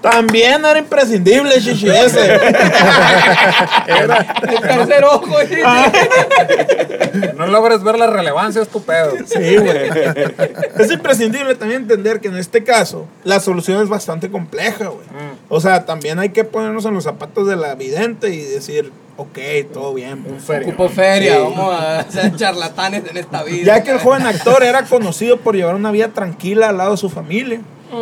También era imprescindible, chichi, ese.
El tercer ojo. ¿eh?
No logres ver la relevancia, estupendo.
Sí, güey. Es imprescindible también entender que en este caso la solución es bastante compleja, güey. O sea, también hay que ponernos en los zapatos de la vidente y decir, ok, todo bien. pues".
Cupo feria,
Sí.
vamos a ser charlatanes en esta vida.
Ya que el joven actor era conocido por llevar una vida tranquila al lado de su familia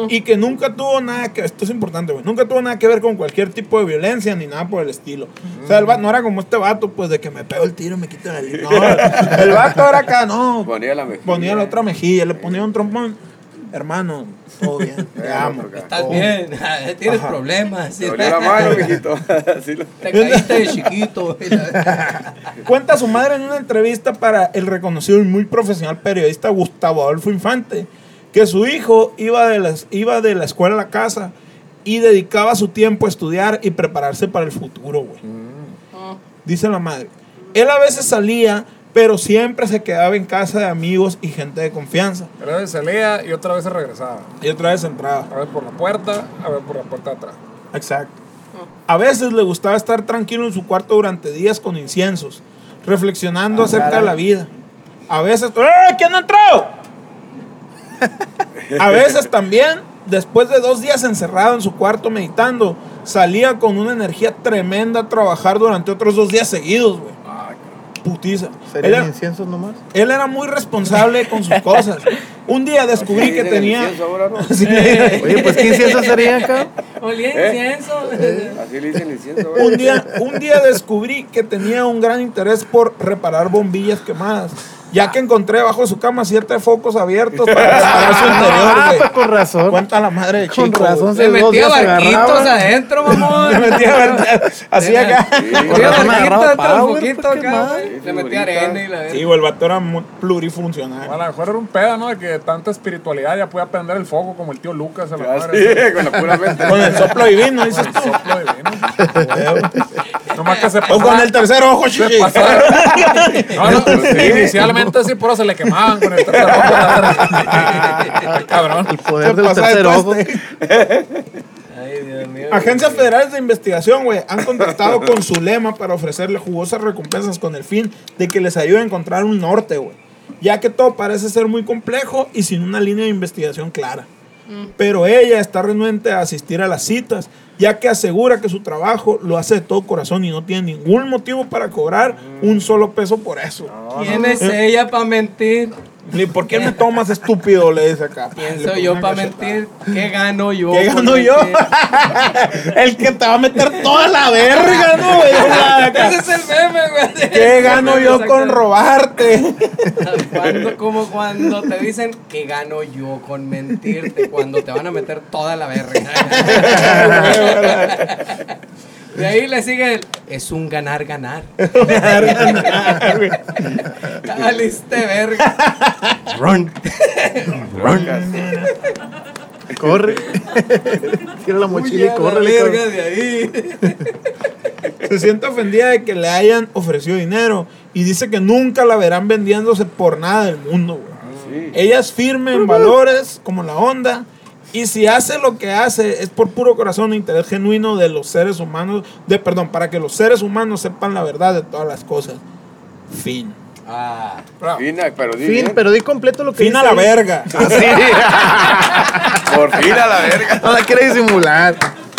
y que nunca tuvo nada que esto es importante, güey, nunca tuvo nada que ver con cualquier tipo de violencia ni nada por el estilo. O sea, el vato no era como este vato, pues de que me pego el tiro y me quito la línea. No, el vato era acá, no,
Ponía la mejilla.
ponía la otra mejilla, le ponía un trompón. Hermano, todo bien, te
Era
amo.
otro acá.
Estás bien, tienes
Ajá.
problemas.
Te dolió la mano, mijito. Así lo-
Te caíste de chiquito.
Cuenta su madre en una entrevista para el reconocido y muy profesional periodista Gustavo Adolfo Infante que su hijo iba de, las, iba de la escuela a la casa y dedicaba su tiempo a estudiar y prepararse para el futuro, güey. Dice la madre. Él a veces salía, pero siempre se quedaba en casa de amigos y gente de confianza.
Era de salida y otra vez se regresaba.
Y otra vez entraba.
A ver por la puerta, a ver por la puerta de atrás.
Exacto. A veces le gustaba estar tranquilo en su cuarto durante días con inciensos, reflexionando acerca de la vida. A veces, ¡eh! ¿Quién ha entrado? A veces también, después de dos días encerrado en su cuarto meditando, salía con una energía tremenda a trabajar durante otros dos días seguidos, güey. Putiza.
¿Serían
Él-
inciensos nomás?
él era muy responsable con sus cosas. Un día descubrí
Así
que
dicen el
tenía.
incienso ahora, ¿no?
Sí.
Oye, pues ¿qué inciensos serían, cabrón?
Olía
¿Eh?
incienso.
Así le dicen el incienso ahora.
Un día, un día descubrí que tenía un gran interés por reparar bombillas quemadas, ya que encontré bajo su cama siete focos abiertos para reparar su
Ah,
interior.
pues
güey.
con razón.
Cuenta la madre de chico.
Con razón
Se
se dos
metía
días se
barquitos
agarraba.
adentro, mamón.
güey. Me metí a ver- así acá.
Con razón me
barquito
agarraba
dentro del
Power,
foquito
pues, qué
acá,
mal.
güey. Le metía arena y la verga.
Sí, güey, el vato era muy
O a
plurifuncional.
lo mejor era un pedo, ¿no? De que tanta espiritualidad ya podía prender el foco como el tío Lucas a la madre.
Así, con la pura mente.
Con el soplo divino, dices tú.
Soplo divino. Nomás que se
O
pasó.
con el tercer ojo,
Se
chichi.
pasó. No, no, inicialmente sí, pero se le quemaban con el tercer ojo. Ay, Ah, Cabrón.
El poder
Se
del
pasa de
tercer ojo.
poste.
Ay, Dios mío.
Agencias federales de investigación, güey, han contactado con su lema para ofrecerle jugosas recompensas con el fin de que les ayude a encontrar un norte, güey. Ya que todo parece ser muy complejo y sin una línea de investigación clara. Pero ella está renuente a asistir a las citas, ya que asegura que su trabajo lo hace de todo corazón y no tiene ningún motivo para cobrar
Mm.
un solo peso por eso.
¿Quién es ella para mentir?
Ni, ¿Por qué me tomas estúpido? Le dice acá.
¿Quién
Le pone
soy yo
una
para
cachetada.
mentir? ¿Qué gano yo?
¿Qué
por
gano yo?
mentir?
El que te va a meter toda la verga, ¿no, güey?
Ese es el meme, güey.
¿Qué gano yo con
Exactamente.
robarte?
Cuando, como cuando te dicen que gano yo con mentirte, cuando te van a meter toda la verga. De ahí le sigue el, es un ganar, ganar. Caliste verga.
Run, corre. Tira la mochila y
Huye a la
corre.
verga
cabrón.
de ahí.
Se siente ofendida de que le hayan ofrecido dinero y dice que nunca la verán vendiéndose por nada del mundo, güey.
Sí.
Ella es firme en valores como la onda y si hace lo que hace es por puro corazón e interés genuino de los seres humanos, de perdón, para que los seres humanos sepan la verdad de todas las cosas. Fin.
Ah,
Fina, pero di
Fin,
bien.
pero di completo lo que
Fin a la verga. Ah,
Sí.
Por fin a la verga.
No la quiere disimular.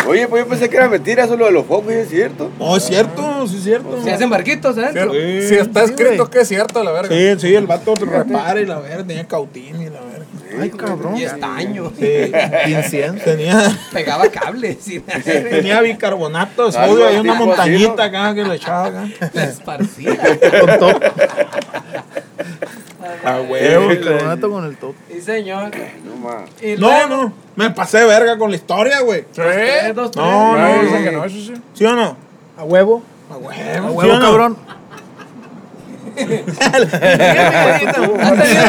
Oye, pues yo pensé que era mentira eso lo de los focos, y es cierto.
No, es cierto, sí es cierto.
Se hacen barquitos adentro.
Sí,
Si está
sí,
escrito
güey.
que es cierto, la verga.
Sí, sí, el vato repara y la verga, tenía cautín y la verga.
Ay, cabrón.
Y estaño.
Sí,
Incienso.
tenía,
Pegaba cables. y la verga
tenía bicarbonato, de
Algo
sodio, hay una
tipo
montañita
así,
acá que le echaba acá.
La esparcía.
Con top.
A huevo.
El carbonato con el top.
Sí, señor.
No más.
Y
No,
luego,
no, me pasé de verga con la historia, güey.
tres,
¿Sí?
dos, tres.
No,
No,
no,
dicen que
güey.
no, eso sí.
¿Sí o no?
A huevo.
A huevo,
A
¿sí
huevo,
o no?
cabrón.
Ha tenido, ha tenido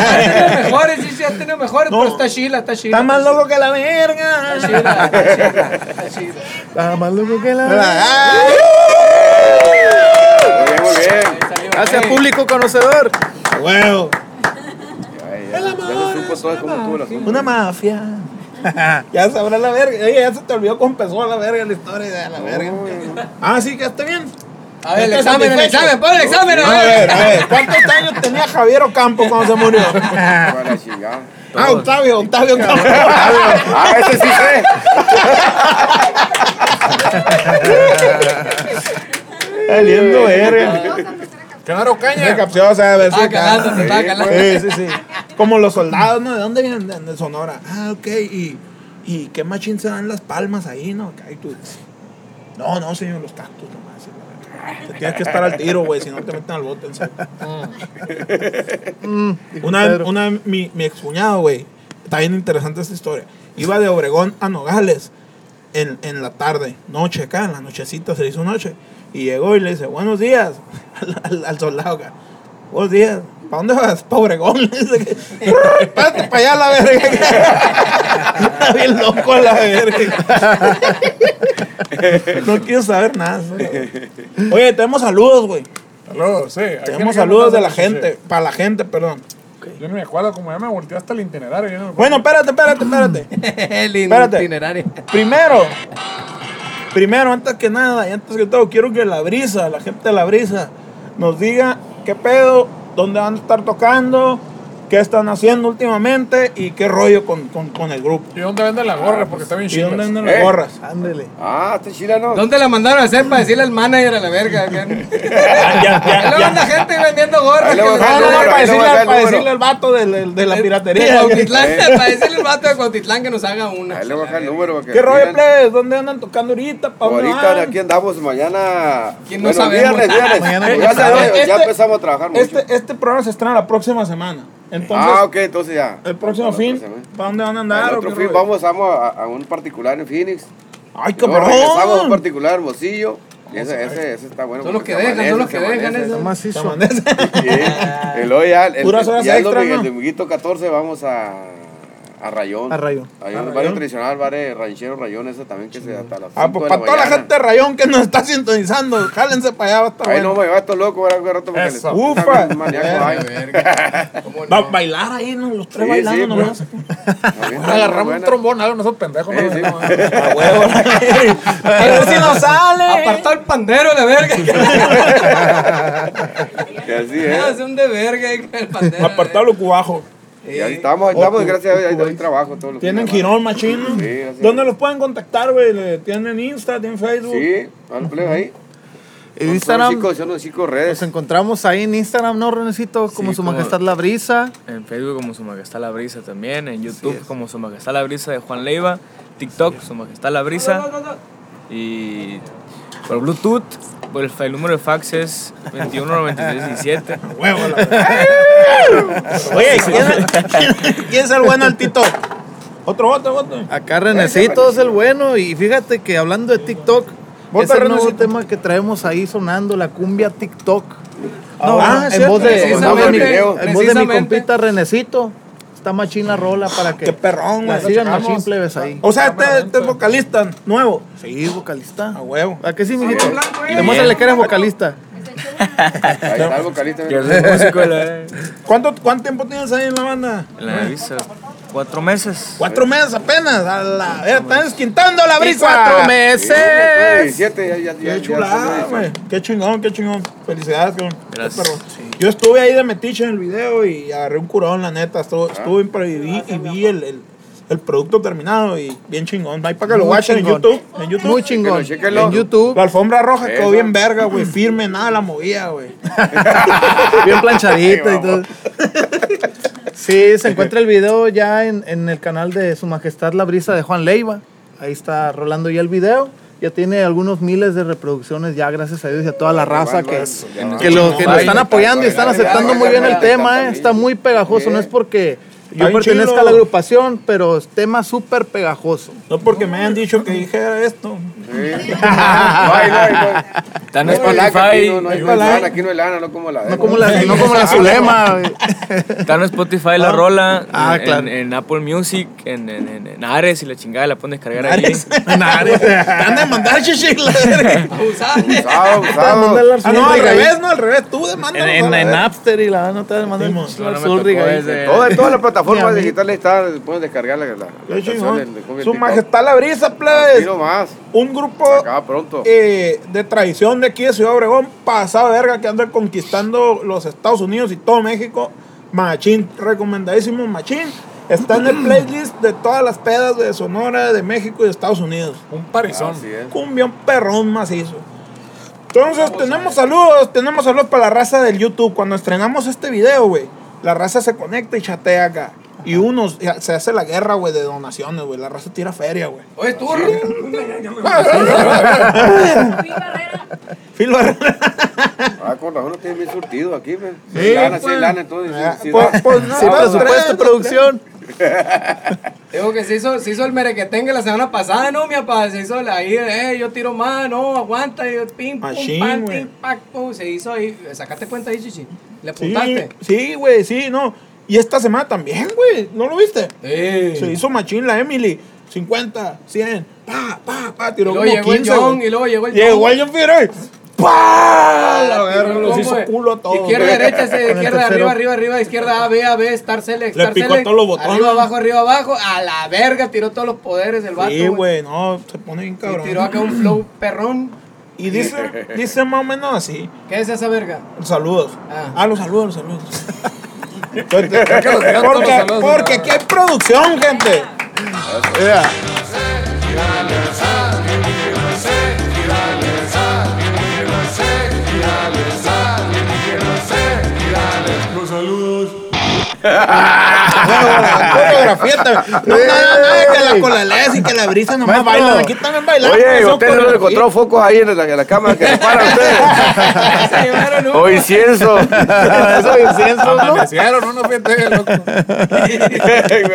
mejores, sí, sí, ha tenido mejores,
No.
pero está chila, está chila.
Está más loco que la
Está
verga.
chila, está chila, está chila.
Está más loco que la
Ay,
Muy bien, muy bien.
Salió,
Gracias,
güey.
público conocedor.
A huevo.
Ya, ya, ya se supo todo cómo estuvo el asunto.
Una mafia.
Ya sabrá la verga. Oye, ya se te olvidó cómo empezó la verga la historia de la verga. Ah, sí, que está bien.
A ver, el
Está
examen, el
satisfecho.
examen, pon el examen, a
A
ver.
ver, a ver, ¿cuántos años tenía Javier Ocampo cuando se murió?
Para la chingada.
Ah, Octavio, Octavio Ocampo.
Ah, ese sí sé.
Saliendo verga.
Vamos a empezar a captar.
Que no era
Una
Ocaña.
capciosa, a ver si
Estaba
acá.
calando, se estaba calando.
Ah, Sí, sí, sí. Como los soldados, ¿no? ¿De dónde vienen? De, de Sonora. Ah, ok. ¿Y, y qué machín se dan las palmas ahí, no? Acá, y tú, No, no, señor, los cactus nomás. y la verga. Te tienes que estar al tiro, güey, si no te meten al bote. en serio.
Mm,
Una, vez- una vez mi, mi expuñado, güey, está bien interesante esta historia. Iba de Obregón a Nogales en, en la tarde, noche acá, en la nochecita se hizo noche. Y llegó y le dice, buenos días al, al- al soldado acá. Buenos días. ¿Para dónde vas? ¿Para Obregón? Le dice que, Párate para allá la verga. Está bien loco la verga. No quiero saber nada. güey. Oye, tenemos saludos, güey.
Saludos, sí. aquí
Tenemos
en la
saludos de
casa,
la
sí, sí.
gente. Para la gente, perdón.
Yo no me acuerdo, como ya me volteé hasta el itinerario. yo no me acuerdo.
Bueno, espérate, espérate, espérate.
El
Espérate.
itinerario.
Primero, primero, antes que nada y antes que todo, quiero que la brisa, la gente de la brisa, nos diga qué pedo, dónde van a estar tocando, qué están haciendo últimamente y qué rollo con, con- con el grupo.
¿Y dónde venden la gorra? Porque está bien
¿Y dónde
chido.
andan las
Eh.
gorras?
Ándele.
Ah, este chileno.
¿Dónde la mandaron a hacer para decirle al manager a la verga? acá?
Ah,
Y luego anda gente vendiendo gorras.
Ahí
que
le voy a
les-
dar
No,
el
no,
número, Eh,
para
ahí le voy
decirle,
a dar el
para
número.
decirle al vato del- del- de, la
de
piratería.
Cuautitlán, para decirle el vato de Cuautitlán que nos haga una.
Ahí le voy a dejar el número. porque
¿Qué rollo,
miren,
plebes? ¿Dónde andan tocando ahorita? ¿Pa' dónde
Ahorita
van?
aquí andamos, mañana.
¿Quién no sabemos?
Viernes, viernes.
Mañana
Pues
no
ya,
sabemos.
sabemos, ya
Este-
empezamos a trabajar mucho.
Este, este programa se estrena la próxima semana. Entonces,
ah, ok, entonces ya.
el próximo
Para la
fin,
próxima.
¿para dónde van a andar?
El
o
otro
qué
fin
rollo?
vamos, vamos a, a un particular en Phoenix.
Ay,
Luego regresamos a un
cabrón.
particular hermosillo. Y ese, ese, ese está bueno.
Son los
porque
que
se
dejan, son los
amanece, se
que dejan
amanece.
Está
Te
macizo.
mandé ese.
Ah.
Sí, El hoy al- el,
Puras horas
ya el,
extras,
domi-
¿no?
el dominguito 14 vamos a, a Rayón.
A Rayón.
Ahí
A
un barrio
Rayón.
tradicional, barrio ranchero Rayón, ese también que se hasta las
Ah,
5
pues
de
para toda la
mañana.
gente de Rayón que nos está sintonizando, jálense para allá, va a estar
Ahí no
bueno.
me va esto loco, ahora rato porque les-
Eso.
Ufa.
Un maníaco, ay.
Va a bailar ahí, ¿no? los tres
Sí,
bailando
sí,
nomás.
Ahorita
Agarramos
buena.
un trombón, algo, no son pendejos.
Sí,
no,
sí.
no, no.
A huevo. A ver si nos sale.
Apartó el pandero a la verga.
Que así
No,
Ah,
es.
es un de verga ahí con el pandero.
Apartado los cubajos.
Y ahí estamos, ahí estamos, gracias a Dios, ahí hay trabajo todos los
Tienen
fines de
girón machino.
Sí, así
¿Dónde
es.
los pueden contactar, güey? Le- ¿Tienen Insta? ¿Tienen
semana.
Facebook?
Sí, al play ahí.
En
Son-
Instagram
Son los chicos, son los chicos
nos
redes.
encontramos ahí en Instagram, ¿no, Renecito? Como
Sí,
su
como-
majestad la brisa.
En Facebook como Su Majestad la Brisa también, en YouTube como Su Majestad la Brisa de Juan Leiva, TikTok Su Majestad la Brisa y por Bluetooth, por el, fa- el número de fax es 219317.
A huevo, la verdad. Oye, ¿quién, quién- quién es el bueno el Tito? Otro, otro, otro.
Acá Renecito es el bueno. Y fíjate que hablando de TikTok,
Bota,
es el nuevo
Renecito.
tema que traemos ahí sonando, la cumbia TikTok. No,
Ah,
en,
cierto.
voz de, en, voz de mi,
Precisamente,
en voz de mi
precisamente.
compita Renecito. Está machín la rola para que
Ah, Qué perrón,
la
Pues,
güey.
sigan
Checamos.
machín plebes ahí.
O sea, este, este es vocalista nuevo.
Sí, vocalista.
A huevo.
¿A qué sí, mijito?
blanco, eh.
Demuéstrale que eres vocalista.
Es el show.
Ahí está el vocalista.
Que es el músico de la,
¿Cuánto, ¿Cuánto tiempo tienes ahí en la banda?
en la brisa. Cuatro meses.
Cuatro meses apenas. A la verga, están esquintando la brisa.
Cuatro
Sí, ya está,
meses.
17, ya, ya, ya,
Qué
ya
chulada,
salió
güey. Qué chingón, qué chingón. Felicidades, güey.
Gracias.
Qué perro. Yo estuve
Ah.
ahí de metiche en el video y agarré un curón, la neta. Estuve, estuve pero y vi, y vi el, el, el producto terminado y bien chingón. Ahí para que lo
Muy
watchen en
chingón.
YouTube. En YouTube.
Muy chingón.
chéquenlo.
En YouTube.
La alfombra roja quedó
Eso.
bien verga, güey. Firme, nada, la movía, güey.
Bien planchadita
Ay,
y todo. Sí, se encuentra el video ya en, en el canal de Su Majestad la Brisa de Juan Leiva. Ahí está rolando ya el video. Ya tiene algunos miles de reproducciones ya, gracias a Dios y a toda la raza que, que, lo, que lo están apoyando y están aceptando muy bien el tema. eh. Está muy pegajoso. No es porque yo
Ay,
pertenezca
chilo.
a la agrupación, pero es tema súper pegajoso.
No porque me hayan dicho que dijera esto.
Está en
No hay palaca aquí, no, no
Spotify.
hay lana, aquí no hay lana, no como la de.
No como la, no como la Zulema. güey.
Está en Spotify la rola.
Ah,
en,
claro.
en- en Apple Music, en, en, en- en Ares y la chingada la pueden descargar ahí.
Están de mandar chichi la verga.
Abusable.
Usado, usado.
Ah, no, al revés, no, al revés. Tú demandas.
En, en, en Napster y la no te van a mandar
Simón.
el
No, no me
Zurriga
tocó
ahí.
ese.
Todo- en todas las
Ni a
plataformas
mí.
digitales está, pueden descargar la, la-
Qué
las canciones de
chingón.
cumbia
Su
en
majestad la brisa,
TikTok. Y
plebes.
no más.
Un grupo
Acaba pronto.
eh, de tradición de aquí de Ciudad Obregón, pasada verga, que anda conquistando los Estados Unidos y todo México. Machín, recomendadísimo Machín. Está en el playlist de todas las pedas de Sonora, de México y de Estados Unidos.
Un parizón.
Así es.
Cumbia, un perrón macizo. Entonces, tenemos saludos, tenemos saludos para la raza del YouTube. Cuando estrenamos este video, güey, la raza se conecta y chatea acá. Y uno se hace la guerra, güey, de donaciones, güey. La raza tira feria, güey.
Oye, estuvo
Fui Barrera.
Phil Barrera.
Ah, con razón tiene bien surtido aquí, men. Sí, lana, sí, lana, entonces.
Ah,
sí, sí,
pues-
da.
pues no,
Sin
no, tres,
presupuesto,
no,
producción.
Digo que se hizo, se hizo el merequetengue la semana pasada, ¿no, mi papá? Se hizo la- ahí, eh, yo tiro más, no, aguanta, yo pim, pum,
Machín,
pam,
güey.
tim, pac, pum. Se hizo ahí, sacaste cuenta ahí, chichi. Le
Sí,
apuntaste.
sí, güey, sí, no. Y esta semana también, güey, ¿no lo viste?
Sí.
Se hizo machín la Emily. 50, 100, pa, pa, pa, tiró
Y luego
como
llegó el
15,
John,
güey.
y luego llegó el
Llegó
John.
el John Figueroa y ¡pa! La
Ah,
verga,
tiró
los
combo
hizo
de
culo a todos.
Izquierda,
güey.
derecha, se-
el
izquierda,
tercero.
arriba, arriba, arriba, izquierda, A, B, A, B, Star Select,
Le
Star
picó
Select,
todos los botones.
Arriba, abajo, arriba, abajo. A la verga, tiró todos los poderes el vato.
Sí,
güey.
güey, no, se pone bien
Y
cabrón.
tiró acá un flow perrón.
Y dice, dice más o menos así.
¿Qué es esa verga?
Saludos. Ah,
Ah.
los saludos, los saludos. Porque,
los
porque,
saludos,
porque aquí hay producción, gente. Mira. Ah, coreografía también. No, no, no, no, que la colaleas y que la brisa nomás
Maestro.
bailan. Aquí también bailando.
Oye,
eso,
usted no le
coreografía.
encontró focos ahí en la, en la cámara que le para
Se llevaron
usted.
uno.
o incienso.
Eso es incienso, ¿no?
Amanecieron, uno fíjate, loco.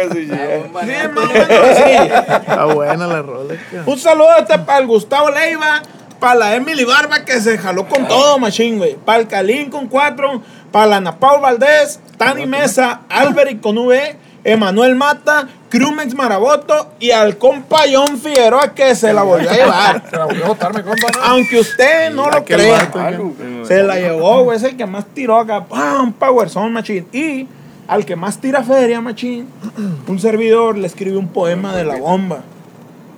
Bomba,
Sí,
¿no?
más o menos así.
Está buena la rola. tío.
Un saludo hasta para el Gustavo Leiva, para la Emily Barba que se jaló con todo, machín, güey. Para el Calín con cuatro, para la Ana Paula Valdés, Tani Mesa, Alberic con V, Emanuel Mata, Crumex Maraboto y al compa John Figueroa que se la volvió a llevar.
Se la volvió a botar, mi compa, ¿no?
Aunde usted no lo
aquel
crea.
vato,
Alu,
Se la llevó, güey. Es el que más tiró acá. Ah, ¡Pam! Powerzón, machín. Y al que más tira feria, machín, un servidor le escribió un poema de la bomba.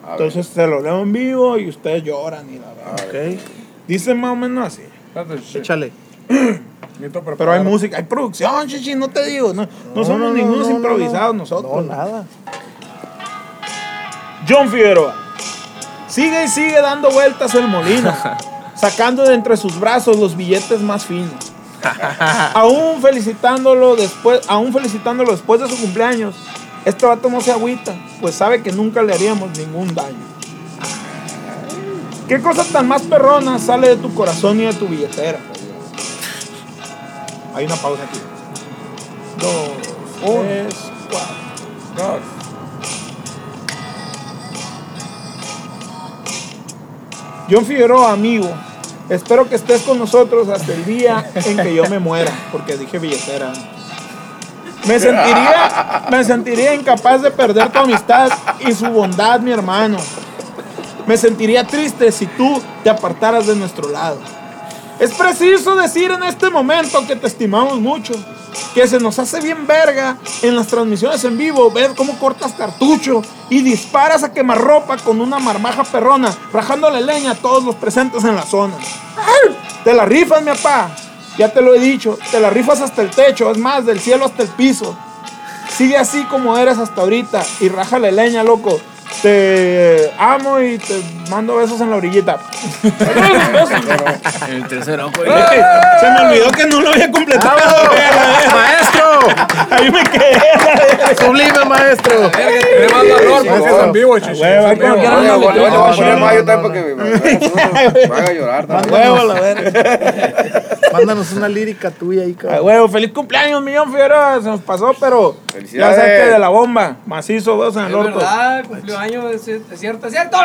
A ver.
Entonces se lo leo en vivo y ustedes lloran y la verdad.
Ok,
Dice más o menos así.
Espérate, shit.
échale.
Necesito
Pero hay
preparar.
música, hay producción, chichi, no te digo. No, no, somos
no,
ningunos
no, no,
improvisados
no.
nosotros.
No, nada.
John Figueroa. Sigue y sigue dando vueltas el molino, sacando de entre sus brazos los billetes más finos. aún felicitándolo después, aún felicitándolo después de su cumpleaños, este vato no se agüita, pues sabe que nunca le haríamos ningún daño. ¿Qué cosa tan más perrona sale de tu corazón y de tu billetera? Hay una pausa aquí. Dos, tres, cuatro. John Figueroa, amigo, espero que estés con nosotros hasta el día en que yo me muera, porque dije billetera. Me sentiría, me sentiría incapaz de perder tu amistad y su bondad, mi hermano. Me sentiría triste si tú te apartaras de nuestro lado. Es preciso decir en este momento que te estimamos mucho, que se nos hace bien verga en las transmisiones en vivo ver cómo cortas cartucho y disparas a quemarropa con una marmaja perrona, rajándole leña a todos los presentes en la zona. ¡Ay! Te la rifas, mi papá. Ya te lo he dicho, te la rifas hasta el techo, es más, del cielo hasta el piso. Sigue así como eres hasta ahorita y rájale leña, loco. Te amo y te mando besos en la orillita.
En el tercer ojo.
Ey, Se me olvidó que no lo había completado. güey, a la verga.
¡Maestro!
Ahí me quedé.
¡Sublime, maestro!
Le mando a Lord,
Gracias,
no.
en vivo, chichi.
Hueva,
Gracias,
con-
en vivo.
Oiga,
no,
bueno,
no,
voy a poner
no,
más yo
no,
también para que me- me haga llorar también.
Huevo, la verga.
Mándanos una lírica tuya ahí,
Ay,
cabrón.
huevo, feliz cumpleaños, millón Figueroa. Se nos pasó, pero ya
Felicidades.
saqué de la bomba. Macizo, dos en
Es
el orto.
verdad, cumplió años, es es cierto, es cierto.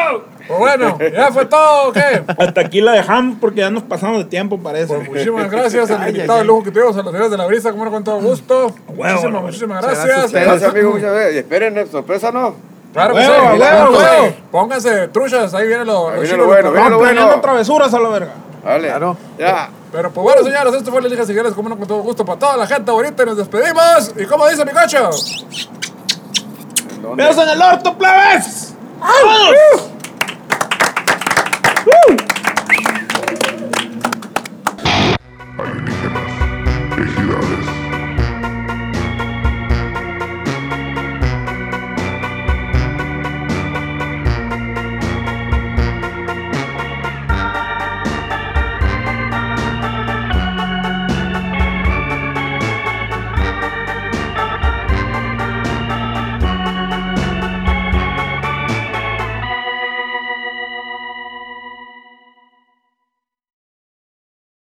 Pues bueno, ya fue todo, ¿o ¿qué?
Hasta aquí la dejamos porque ya nos pasamos de tiempo, parece.
Pues muchísimas gracias al invitado de lujo que tuvimos a los señores de la brisa, como no, con todo gusto. Muchísimas, muchísimas gracias.
Gracias, amigo, muchas gracias. Y esperen, eh, sorpresa no.
Claro que sí.
Huevo, huevo, huevo.
Pónganse truchas, ahí viene lo,
Ahí
lo
viene
chido,
lo bueno, viene
Estamos
lo
planeando
bueno.
travesuras a la verga.
Dale.
Claro.
Ya.
Pero pues bueno, señores, esto fue la Liga Sigueres, como no, con todo gusto para toda la gente bonita y nos despedimos. Y como dice mi cocho.
¿Dónde?
¡Besos en el orto, plebes! ¡Vamos!